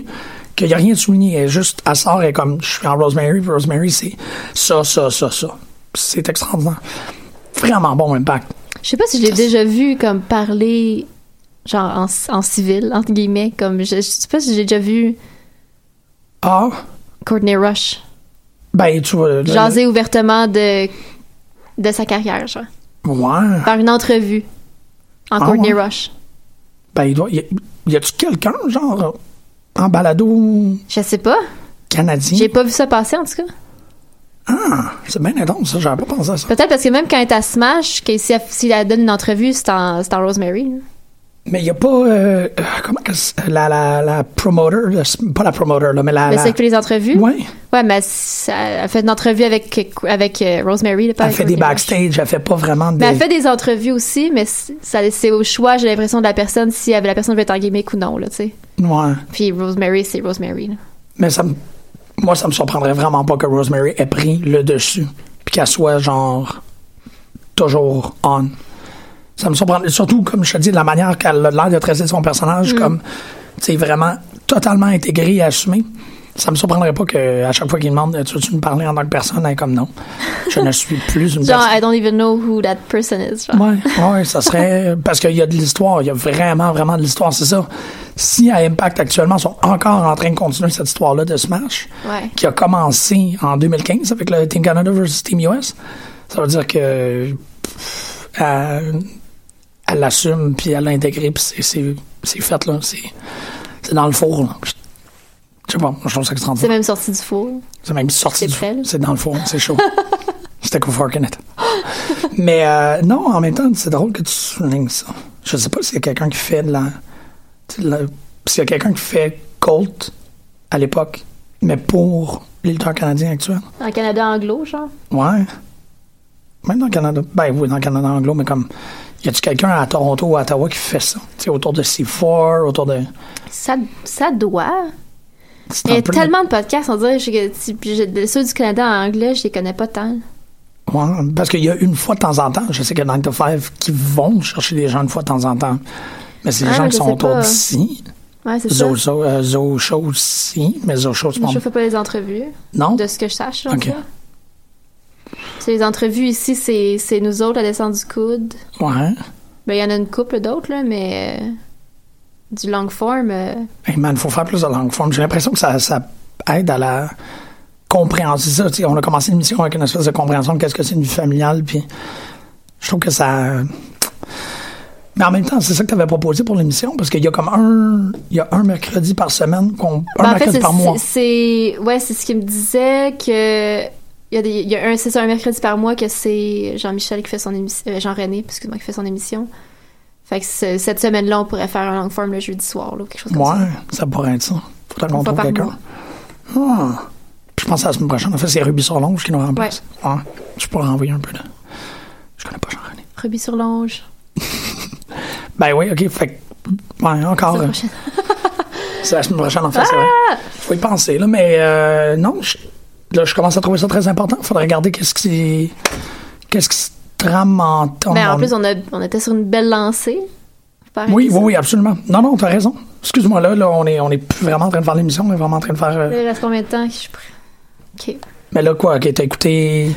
S4: qu'il n'y a rien de souligné. Elle est juste, à sort, elle est comme, je suis en Rosemary, puis Rosemary, c'est ça, ça, ça, ça. Puis C'est extraordinaire. Vraiment bon impact.
S6: Je sais pas si je l'ai déjà vu comme parler, genre en, en civil, entre guillemets. Comme, je, je sais pas si j'ai déjà vu
S4: Ah,
S6: Courtney Rush
S4: ben, tu vois. le-
S6: jaser ouvertement de, de sa carrière, genre.
S4: Ouais.
S6: Par une entrevue en
S4: Ah
S6: Courtney
S4: ouais.
S6: Rush.
S4: Ben, il doit. Y, a- y a-tu quelqu'un, genre, en balado
S6: Je sais pas.
S4: canadien? Hmm.
S6: J'ai pas vu ça passer, en tout cas.
S4: Ah, c'est bien intense, ça. J'avais pas pensé à ça.
S6: Peut-être parce que même quand elle est à Smash, que si elle, si elle donne une entrevue, c'est en, c'est en Rosemary. là.
S4: Mais il n'y a pas. euh, euh, comment que c'est- la, la, la promoter. euh, c'est- Pas la promoter, Ah là, mais la.
S6: Mais
S4: la-
S6: c'est elle qui fait les entrevues.
S4: Ouais.
S6: Ouais, mais ça- elle fait une entrevue avec, avec euh, Rosemary. là, pas
S4: Elle
S6: avec
S4: fait des
S6: Rosemary.
S4: backstage, elle fait pas vraiment des.
S6: Mais elle fait des entrevues aussi, mais c'est ça- c'est au choix, j'ai l'impression, de la personne, si elle- la personne veut être en gimmick ou non, là, tu sais.
S4: Ouais.
S6: Puis Rosemary, c'est Rosemary, là.
S4: Mais ça me- Moi, ça me surprendrait vraiment pas que Rosemary ait pris le dessus. Puis qu'elle soit, genre. Toujours on. Ça me surprendrait. Surtout, comme je te dis, de la manière qu'elle a l'air de traiter son personnage, comme. Tu sais, vraiment totalement intégré et assumé. Ça me surprendrait pas que à chaque fois qu'il demande Tu veux-tu me parler en tant que personne Elle est comme non. Je ne suis plus une
S6: Genre,
S4: personne.
S6: I don't even know who that person is. genre.
S4: Ouais, ouais, ça serait. Parce qu'il y a de l'histoire, il y a vraiment, vraiment de l'histoire, c'est ça. Si à Impact actuellement, ils sont encore en train de continuer cette histoire-là de Smash,
S6: Ouais.
S4: qui a commencé en 2015 avec le Team Canada versus Team US, ça veut dire que. pff, Elle elle l'assume, puis elle l'a intégré, puis c'est- c'est c'est fait, là. C'est c'est dans le four, là. Je je sais pas, je trouve ça
S6: C'est
S4: extraordinaire.
S6: même sorti du four.
S4: C'est même sorti
S6: c'est
S4: du
S6: prêt, là.
S4: C'est dans le four, c'est chaud. C'était qu'au forking it. Mais euh, non, en même temps, c'est drôle que tu soulignes ça. Je sais pas s'il y a quelqu'un qui fait de la. tu sais, de la- S'il y a quelqu'un qui fait Colt à l'époque, mais pour les lutteurs canadiens actuels.
S6: En Canada anglo, genre.
S4: Ouais. Même dans le Canada. Ben oui, dans le Canada anglo, mais comme. Y a-tu quelqu'un à Toronto ou à Ottawa qui fait ça? Tu sais, autour de C4, autour de.
S6: Ça, ça doit.
S4: c'est
S6: Il y
S4: un
S6: a
S4: peu-
S6: tellement de podcasts, on dirait que tu- puis j'ai- ceux du Canada en anglais, je les connais pas tant.
S4: Ouais, parce qu'il y a une fois de temps en temps, je sais que dans le 5 qui vont chercher des gens une fois de temps en temps. Mais c'est des
S6: Ah,
S4: gens
S6: je
S4: qui sont
S6: sais
S4: autour
S6: pas.
S4: d'ici.
S6: Ouais, c'est ça.
S4: Zo Zo- euh, Zo Show aussi, mais Zo Show, c'est pas-
S6: Je fais pas les entrevues,
S4: Non?
S6: de ce que je sache. en
S4: Ok.
S6: tout cas. C'est les entrevues ici, c'est c'est nous autres, la descente du coude.
S4: Ouais.
S6: Ben, il y en a une couple d'autres, là, mais euh, du long form. euh,
S4: Hey man, faut faire plus de langue forme. J'ai l'impression que ça, ça aide à la compréhension. C'est ça, tu sais, on a commencé l'émission avec une espèce de compréhension de qu'est-ce que c'est une vie familiale, puis je trouve que ça. Mais en même temps, c'est ça que tu avais proposé pour l'émission, parce qu'il y a comme un, il y a un mercredi par semaine, qu'on, un
S6: ben, en fait,
S4: mercredi
S6: c'est
S4: par mois.
S6: c'est- c'est ouais, c'est ce qu'il me disait que il y a des il y a un c'est ça, un mercredi par mois que c'est Jean-Michel qui fait son émission Jean-René, excuse-moi, qui fait son émission. Fait que ce- cette semaine-là, on pourrait faire un long form le jeudi soir là, ou quelque chose comme
S4: Ouais,
S6: ça.
S4: ça pourrait être ça. Faudrait qu'on
S6: Une fois
S4: trouve
S6: par
S4: quelqu'un.
S6: mois.
S4: Ah. Je pense à la semaine prochaine. En fait, c'est Ruby Sorlonge qui nous remplace. Ouais. Je pourrais envoyer un peu de. Je connais pas Jean-René.
S6: Ruby sur longe.
S4: Ben oui, ok. Fait que- Ouais, encore. euh,
S6: prochaine.
S4: C'est la semaine prochaine, en fait, c'est vrai.
S6: Ah!
S4: Faut y penser, là. Mais euh, non, je... là, je commence à trouver ça très important. Faudrait regarder qu'est-ce qui. Qu'est-ce qui se trame en temps.
S6: Mais Ben, en plus, on, a, on était sur une belle lancée. Faut pas
S4: Oui, oui,
S6: arrêter ça.
S4: oui, absolument. Non, non, t'as raison. Excuse-moi, là, là, on est, on est plus vraiment en train de faire l'émission, on est vraiment en train de faire. euh,
S6: Là, Il reste combien de temps que je suis prêt? OK.
S4: Mais là, quoi, ok, t'as écouté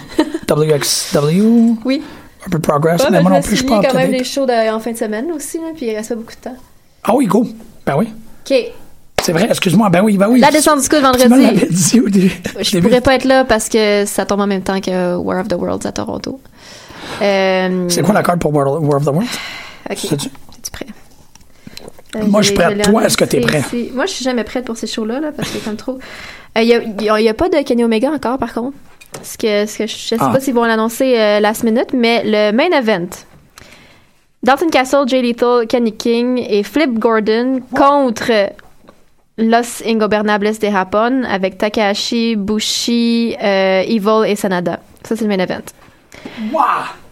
S4: WXW,
S6: Oui.
S4: Urban Progress,
S6: Ouais,
S4: mais
S6: ben,
S4: moi
S6: je
S4: non
S6: me
S4: plus, je
S6: suis
S4: suis
S6: mis
S4: pas
S6: quand même
S4: up-to-date.
S6: les shows de- en fin de semaine aussi, là, puis il reste pas beaucoup de temps.
S4: Ah oui, go! Ben oui,
S6: OK.
S4: c'est vrai, excuse-moi, ben oui, ben oui.
S6: La descente du coude
S4: Tu me l'avais
S6: vendredi.
S4: dit au début.
S6: Je pourrais pas être là parce que ça tombe en même temps que War of the Worlds à Toronto. Euh,
S4: C'est quoi la carte pour World, War of the World?
S6: OK.
S4: sais-tu?
S6: Es-tu prêt? Euh,
S4: Moi, je suis prête.
S6: l'ai
S4: Toi,
S6: enregistré
S4: est-ce que t'es prêt?
S6: ici. Moi, je suis jamais prête pour ces shows-là, là, parce que comme trop. Il n'y a, y a pas de Kenny Omega encore, par contre. Ce que, ce que je ne sais
S4: Ah.
S6: pas s'ils vont l'annoncer euh, last minute, mais le main event. Dalton Castle, Jay Lethal, Kenny King et Flip Gordon contre Los Ingobernables de Japon avec Takahashi, Bushi, euh, Evil et Sanada. Ça, c'est le main event.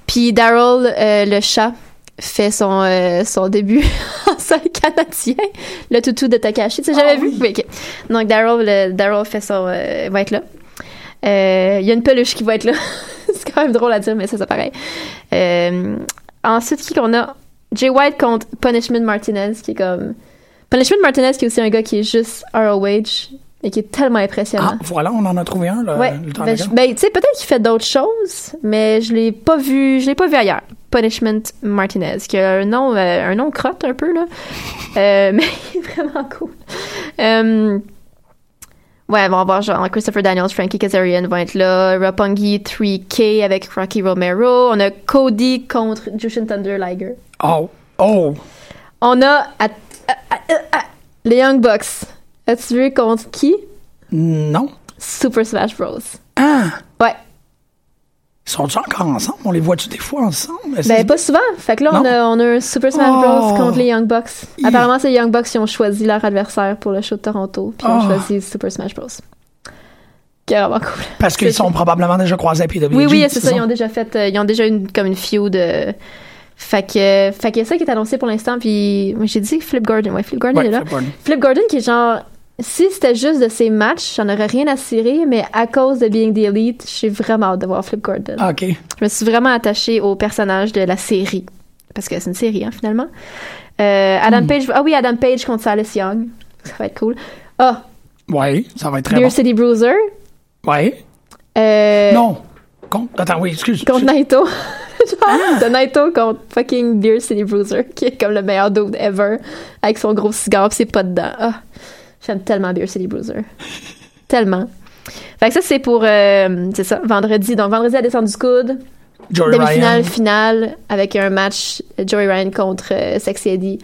S6: Puis Daryl, euh, le chat, fait son, euh, son début en sol canadien. Le toutou de Takahashi. Tu sais, jamais vu? Oui, ok. Donc Daryl, le- Daryl fait son, euh, va être là. Euh, Il y a une peluche qui va être là. c'est quand même drôle à dire, mais ça, c'est pareil. Euh, ensuite, qui qu'on a? Jay White contre Punishment Martinez, qui est comme... Punishment Martinez, qui est aussi un gars qui est juste ROH et qui est tellement impressionnant.
S4: Ah, voilà, on en a trouvé un, là,
S6: Ouais.
S4: euh, le temps
S6: Ben,
S4: de
S6: je- ben, tu sais, peut-être qu'il fait d'autres choses, mais je l'ai pas vu, je l'ai pas vu ailleurs. Punishment Martinez, qui a un nom, euh, un nom crotte un peu là, Euh, mais il est vraiment cool. Euh, ouais, bon, on va voir genre Christopher Daniels, Frankie Kazarian vont être là, Rapongi 3K avec Rocky Romero, on a Cody contre Jushin Thunder Liger.
S4: Oh, oh,
S6: On a à- à- à- à- les Young Bucks. As-tu vu contre qui?
S4: non.
S6: Super Smash Bros.
S4: Ah,
S6: Ouais.
S4: sont-ils encore ensemble? On les voit-tu des fois ensemble? Est-ce
S6: Ben,
S4: que-
S6: pas souvent. Fait que là, on
S4: Non.
S6: a, on a un Super Smash Bros.
S4: Oh.
S6: contre les Young Bucks.
S4: Il-
S6: Apparemment, c'est les Young Bucks qui ont choisi leur adversaire pour le show de Toronto. Puis ils ont
S4: Oh.
S6: choisi Super Smash Bros. Qui est vraiment cool.
S4: Parce qu'ils
S6: c'est-
S4: sont probablement déjà croisés à PWG.
S6: Oui, oui, c'est ça.
S4: sont-
S6: Ils ont déjà fait. euh, ils ont déjà une, comme une feud. euh, fait que, fait que ça qui est annoncé pour l'instant. Puis moi, j'ai dit Flip Gordon. Ouais, Flip Gordon
S4: Ouais,
S6: est là.
S4: Flip Gordon.
S6: Flip Gordon qui est genre. Si c'était juste de ces matchs, j'en aurais rien à cirer, mais à cause de Being the Elite, j'ai vraiment hâte de voir Flip Gordon.
S4: Ah, OK.
S6: Je me suis vraiment attachée au personnage de la série. Parce que c'est une série, hein, finalement. Euh, Adam
S4: Hmm.
S6: Page. Ah oui, Adam Page contre Silas Young. Ça va être cool. Ah,
S4: Ouais, ça va être très
S6: Beer
S4: bon.
S6: City Bruiser.
S4: Ouais.
S6: Euh,
S4: Non. Con- Attends, oui, excuse.
S6: Contre Naito.
S4: Ah!
S6: Genre, de Naito contre fucking Dear City Bruiser, qui est comme le meilleur dude ever, avec son gros cigare pis ses pas dedans. Ah, j'aime tellement Dear City Bruiser. tellement. Fait que ça, c'est pour, euh, c'est ça, vendredi. Donc, vendredi à descendre du coude,
S4: Joey Ryan.
S6: demi-finale, finale, avec un match euh, Joey Ryan contre euh, Sexy Eddie.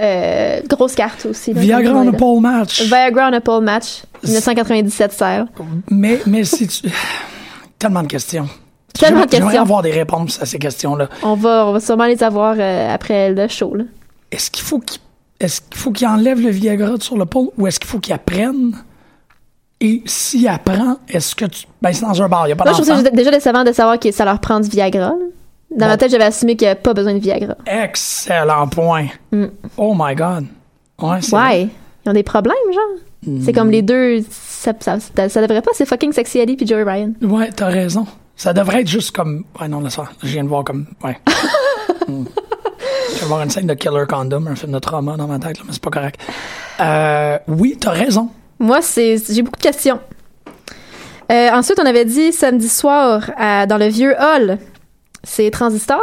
S6: Euh, grosse carte aussi. là,
S4: Viagra
S6: contre
S4: on a
S6: Naito.
S4: pole match.
S6: Viagra on a pole match, 1997 serre.
S4: Mais, mais si tu... Tellement de questions.
S6: Tellement
S4: J'aimerais-
S6: de
S4: J'aimerais
S6: questions.
S4: avoir des réponses à ces questions-là.
S6: On va, on va sûrement les avoir euh, après le show, là.
S4: Est-ce qu'il faut qu'il est-ce qu'il faut qu'il enlève le Viagra sur le pôle ou est-ce qu'il faut qu'il apprenne? Et s'il apprend, est-ce que tu... Ben, c'est dans un bar, il n'y a pas
S6: Moi, je trouve
S4: d'enfant.
S6: ça déjà décevant de savoir que ça leur prend du Viagra. là. Dans ma
S4: Bon.
S6: tête, j'avais assumé qu'il n'y avait pas besoin de Mm. Viagra.
S4: Excellent point. Oh my God. Ouais, c'est vrai. Hmm.
S6: Ouais. Ils ont des problèmes, genre. C'est comme les deux. Ça, ça, ça- ça devrait pas, c'est fucking Sexy Ali puis Joey Ryan.
S4: Ouais, t'as raison. Ça devrait être juste comme... Ouais, non, là, ça, je viens de voir comme... Ouais. Hmm. Je vais voir une scène de Killer Condom, un film de trauma dans ma tête, là, mais c'est pas correct. Euh, oui, t'as raison.
S6: Moi, c'est j'ai beaucoup de questions. Euh, ensuite, on avait dit samedi soir à- dans le vieux hall, c'est Transistor,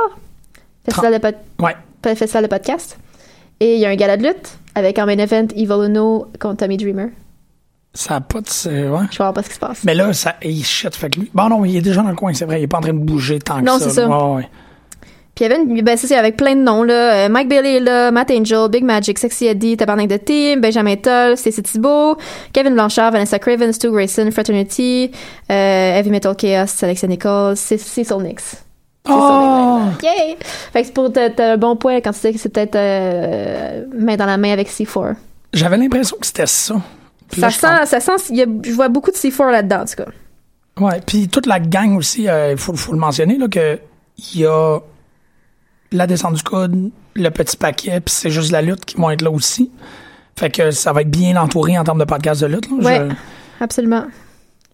S6: festival de, pod-
S4: Ouais.
S6: festival de podcast. Et il y a un gala de lutte avec en main event Evil Uno contre Tommy Dreamer.
S4: Ça a pas de... c'est- Ouais.
S6: Je vois pas ce qui se passe.
S4: Mais là, ça... Il shit, fait que lui... Bon, non, il est déjà dans le coin, c'est vrai. Il est pas en train de bouger tant que
S6: Non,
S4: ça.
S6: c'est ça.
S4: Ouais, ouais.
S6: Puis il y avait une, ben, c'est ça, avec plein de noms, là. Euh, Mike Bailey est là, Matt Angel, Big Magic, Sexy Eddie, Tabarnak de Team, Benjamin Toll, Stacy Thibault, Kevin Blanchard, Vanessa Craven, Stu Grayson, Fraternity, euh, Heavy Metal Chaos, Alexa Nichols, C- Cecil Nix. Cecil
S4: Oh!
S6: Nix, Yay! Fait que c'est pour t'as- t'as un bon point quand tu dis que c'est peut-être euh, main dans la main avec C4.
S4: J'avais l'impression que c'était ça. Puis
S6: Ça
S4: là, je
S6: sent, ça sent, il y a- je vois beaucoup de C4 là-dedans, en tout cas.
S4: pense- Ouais, puis toute la gang aussi, euh, il faut, faut le mentionner, là, que il y a la descente du coude, le petit paquet, puis c'est juste la lutte qui vont être là aussi. Fait que ça va être bien entouré en termes de podcast de lutte. Là.
S6: Ouais, absolument.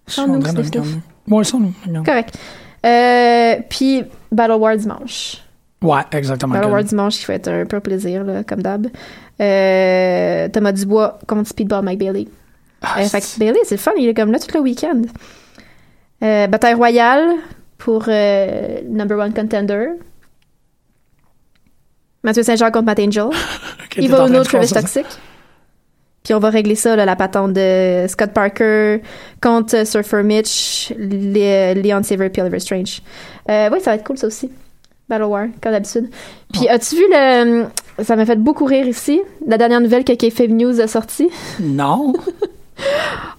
S4: Je, je suis en train de
S6: Chante-nous, Steph.
S4: regarder. Ouais, ça, nous, regarde.
S6: Correct. Euh, puis Battle War dimanche.
S4: Ouais, exactement.
S6: Battle
S4: Colin.
S6: War dimanche qui fait un peu plaisir, là, comme d'hab. Euh, Thomas Dubois contre Speedball Mike Bailey.
S4: Ah,
S6: Euh, fait que Bailey, c'est le fun, il est comme là tout le week-end. Euh, bataille royale pour euh, number one contender. Mathieu Saint-Jean contre Matt Angel.
S4: ok, t'es en
S6: Ivo
S4: train
S6: Uno,
S4: de
S6: Travis
S4: faire ça.
S6: Toxic. Puis on va régler ça, là, la patente de Scott Parker contre Surfer Mitch, Lé- Leon Saver puis Oliver Strange. Euh, oui, ça va être cool, ça aussi. Battle War, comme d'habitude. Puis as-tu vu le... Ça m'a fait beaucoup rire ici. La dernière nouvelle que KFM News a sortie.
S4: Non.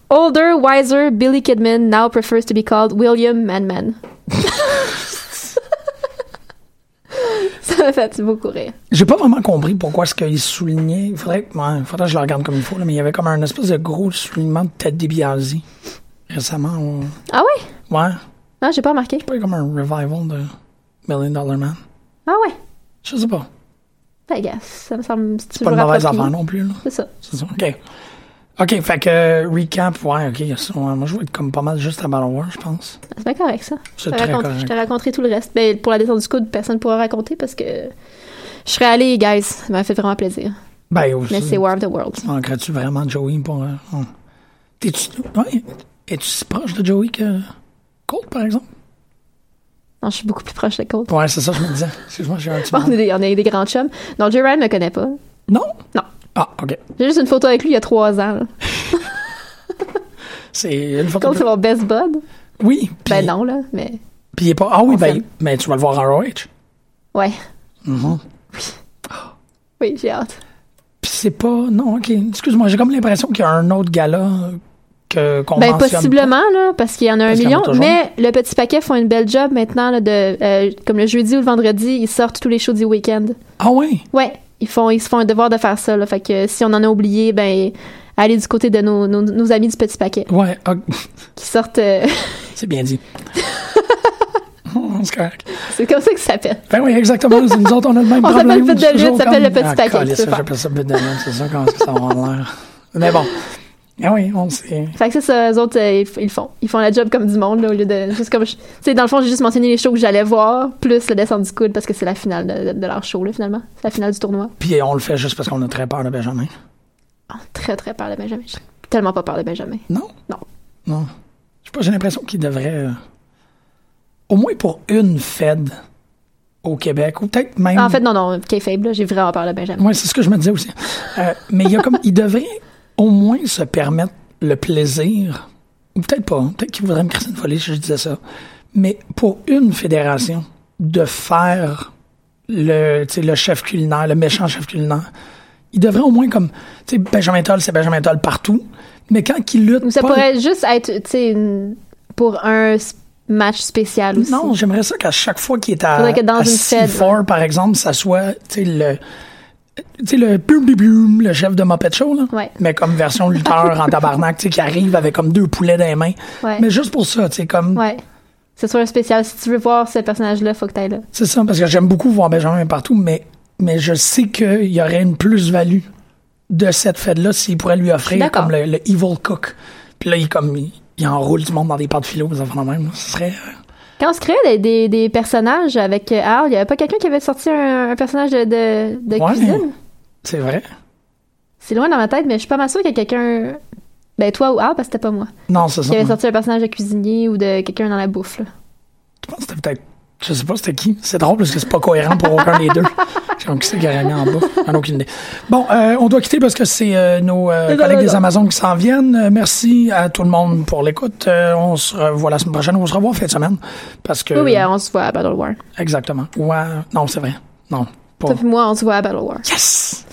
S6: Older, wiser, Billy Kidman now prefers to be called William Manman. ça m'a fait beaucoup rire.
S4: J'ai pas vraiment compris pourquoi ce qu'il soulignait. Il faudrait, que- ouais, faudrait que je le regarde comme il faut, là, mais il y avait comme un espèce de gros soulignement de Ted DiBiase récemment. au-
S6: Ah ouais?
S4: Ouais.
S6: Non, j'ai pas remarqué.
S4: pas comme un revival de Million Dollar Man.
S6: Ah ouais?
S4: Je sais pas.
S6: Ben, gars, ça me semble...
S4: C'est pas une mauvaise affaire non plus, là.
S6: C'est ça.
S4: C'est ça. OK. OK, fait que euh, recap, ouais, OK. ça, ouais, moi, je vais être comme pas mal juste à Battle War, je pense.
S6: C'est bien correct, ça.
S4: C'est
S6: Je te
S4: très
S6: raconte-
S4: correct.
S6: Je te raconterai tout le reste. Ben, pour la descente du coude, personne ne pourra raconter parce que je serais allée, guys. Ça m'a fait vraiment plaisir.
S4: Ben, aussi.
S6: Mais c'est War of the World.
S4: Manquerais-tu vraiment de Joey pour. euh, on- T'es-tu. Ouais. Es-tu si proche de Joey que Colt, par exemple?
S6: Non, je suis beaucoup plus proche de Cold.
S4: Ouais, c'est ça, je me disais. Excuse-moi, j'ai un petit.
S6: On est des, on est des grands chums. Non, J. Ryan me connaît pas.
S4: Non?
S6: Non.
S4: Ah, OK.
S6: J'ai juste une photo avec lui il y a trois ans. là.
S4: C'est une photo.
S6: Cold, c'est mon best bud.
S4: Oui. Pis,
S6: Ben non, là, mais...
S4: Puis il est pas. Ah oui,
S6: On
S4: ben,
S6: s'aime.
S4: mais tu vas le voir en ROH.
S6: Ouais.
S4: Mm-hmm.
S6: Oui. Oui, j'ai hâte.
S4: Puis c'est pas. Non, ok. Excuse-moi, j'ai comme l'impression qu'il y a un autre gala euh, que qu'on
S6: Ben,
S4: mentionne pas.
S6: possiblement, là, parce qu'il y en a un
S4: Parce qu'il y en
S6: million.
S4: a toujours.
S6: mais le petit paquet font une belle job maintenant, là, de, euh, comme le jeudi ou le vendredi, ils sortent tous les shows du week-end.
S4: Ah oui.
S6: Ouais, ils, font, ils se font un devoir de faire ça. Là, fait que si on en a oublié, ben, allez du côté de nos, nos, nos amis du petit paquet
S4: Ouais, ah,
S6: qui sortent. euh,
S4: c'est bien dit. Hum, c'est correct.
S6: c'est comme ça que ça s'appelle.
S4: Ben oui, exactement. c'est Nous autres, on a le même
S6: On
S4: problème.
S6: s'appelle Pit de
S4: C'est
S6: Lutte,
S4: toujours
S6: ça s'appelle le
S4: comme-
S6: petit
S4: Ah,
S6: paquet,
S4: calisse,
S6: c'est super.
S4: J'appelle ça Pit de Lutte, c'est sûr. Comment est-ce que ça va avoir l'air? Mais bon. Ah oui, on sait.
S6: Fait que c'est ça, eux autres, euh, ils, f- ils le font. Ils font la job comme du monde, là, au lieu de. Juste comme. je- Tu sais, dans le fond, j'ai juste mentionné les shows que j'allais voir, plus le descente du coude, parce que c'est la finale de, de- de leur show, là, finalement. C'est la finale du tournoi.
S4: Puis on le fait juste parce qu'on a très peur de Benjamin.
S6: Ah, très, très peur de Benjamin. J'ai tellement pas peur de Benjamin.
S4: Non?
S6: Non.
S4: Non. Je sais pas, j'ai l'impression qu'il devrait. euh, au moins pour une Fed au Québec, ou peut-être même.
S6: Ah, en fait, non, non, K-Fable, là, j'ai vraiment peur de Benjamin.
S4: Ouais, c'est ce que je me disais aussi. Euh, mais il y a comme. il devrait au moins se permettre le plaisir, ou peut-être pas, hein, peut-être qu'il voudrait me crisser une folie si je disais ça, mais pour une fédération, de faire le, tu sais, le chef culinaire, le méchant chef culinaire. Il devrait au moins comme, tu sais, Benjamin Toll, c'est Benjamin Toll partout, mais quand il lutte...
S6: Ou ça
S4: pas-
S6: pourrait juste être, tu sais, une- pour un s- match spécial aussi.
S4: Non, j'aimerais ça qu'à chaque fois qu'il est à,
S6: Faudrait que dans
S4: à
S6: une fête,
S4: C4, par exemple, ça soit, tu sais, le... Tu sais, le boum, boum, boum, le chef de Muppet Show, là.
S6: Ouais.
S4: Mais comme version lutteur en tabarnak, tu sais, qui arrive avec comme deux poulets dans les mains.
S6: Ouais.
S4: Mais juste pour ça, tu sais, comme.
S6: Ouais. Que ce soit un spécial. Si tu veux voir ce personnage-là, faut que t'ailles là.
S4: C'est ça, parce que j'aime beaucoup voir Benjamin partout, mais, mais je sais qu'il y aurait une plus-value de cette fête-là s'il pourrait lui offrir
S6: D'accord.
S4: comme le, le Evil Cook. Puis là, il, comme, il, il enroule du monde dans des pâtes philo, ça fait même. là. Ce serait. euh,
S6: Quand on se créait des, des, des personnages avec euh, Al, il y avait pas quelqu'un qui avait sorti un, un personnage de, de, de
S4: Ouais.
S6: cuisine?
S4: C'est vrai.
S6: C'est loin dans ma tête, mais je suis pas mal sûre qu'il y a quelqu'un. Ben, toi ou Al, parce que c'était pas moi.
S4: Non, c'est ça.
S6: Qui avait
S4: ouais.
S6: sorti un personnage de cuisinier ou de quelqu'un dans la bouffe, là.
S4: Je pense que c'était peut-être. Je sais pas c'était qui. C'est drôle parce que c'est pas cohérent pour aucun des deux. J'ai comme qui c'est qui aurait mis en bas. J'en ai aucune idée. Bon, euh, on doit quitter parce que c'est euh, nos euh, collègues des Amazones qui s'en viennent. Euh, merci à tout le monde pour l'écoute. Euh, on se revoit la semaine prochaine. On se revoit en fin de semaine. Parce que.
S6: Oui, oui, on se voit à Battle War.
S4: Exactement. Ouais. Non, c'est vrai. Non. Pas.
S6: Toi puis moi, on se voit à Battle War.
S4: Yes!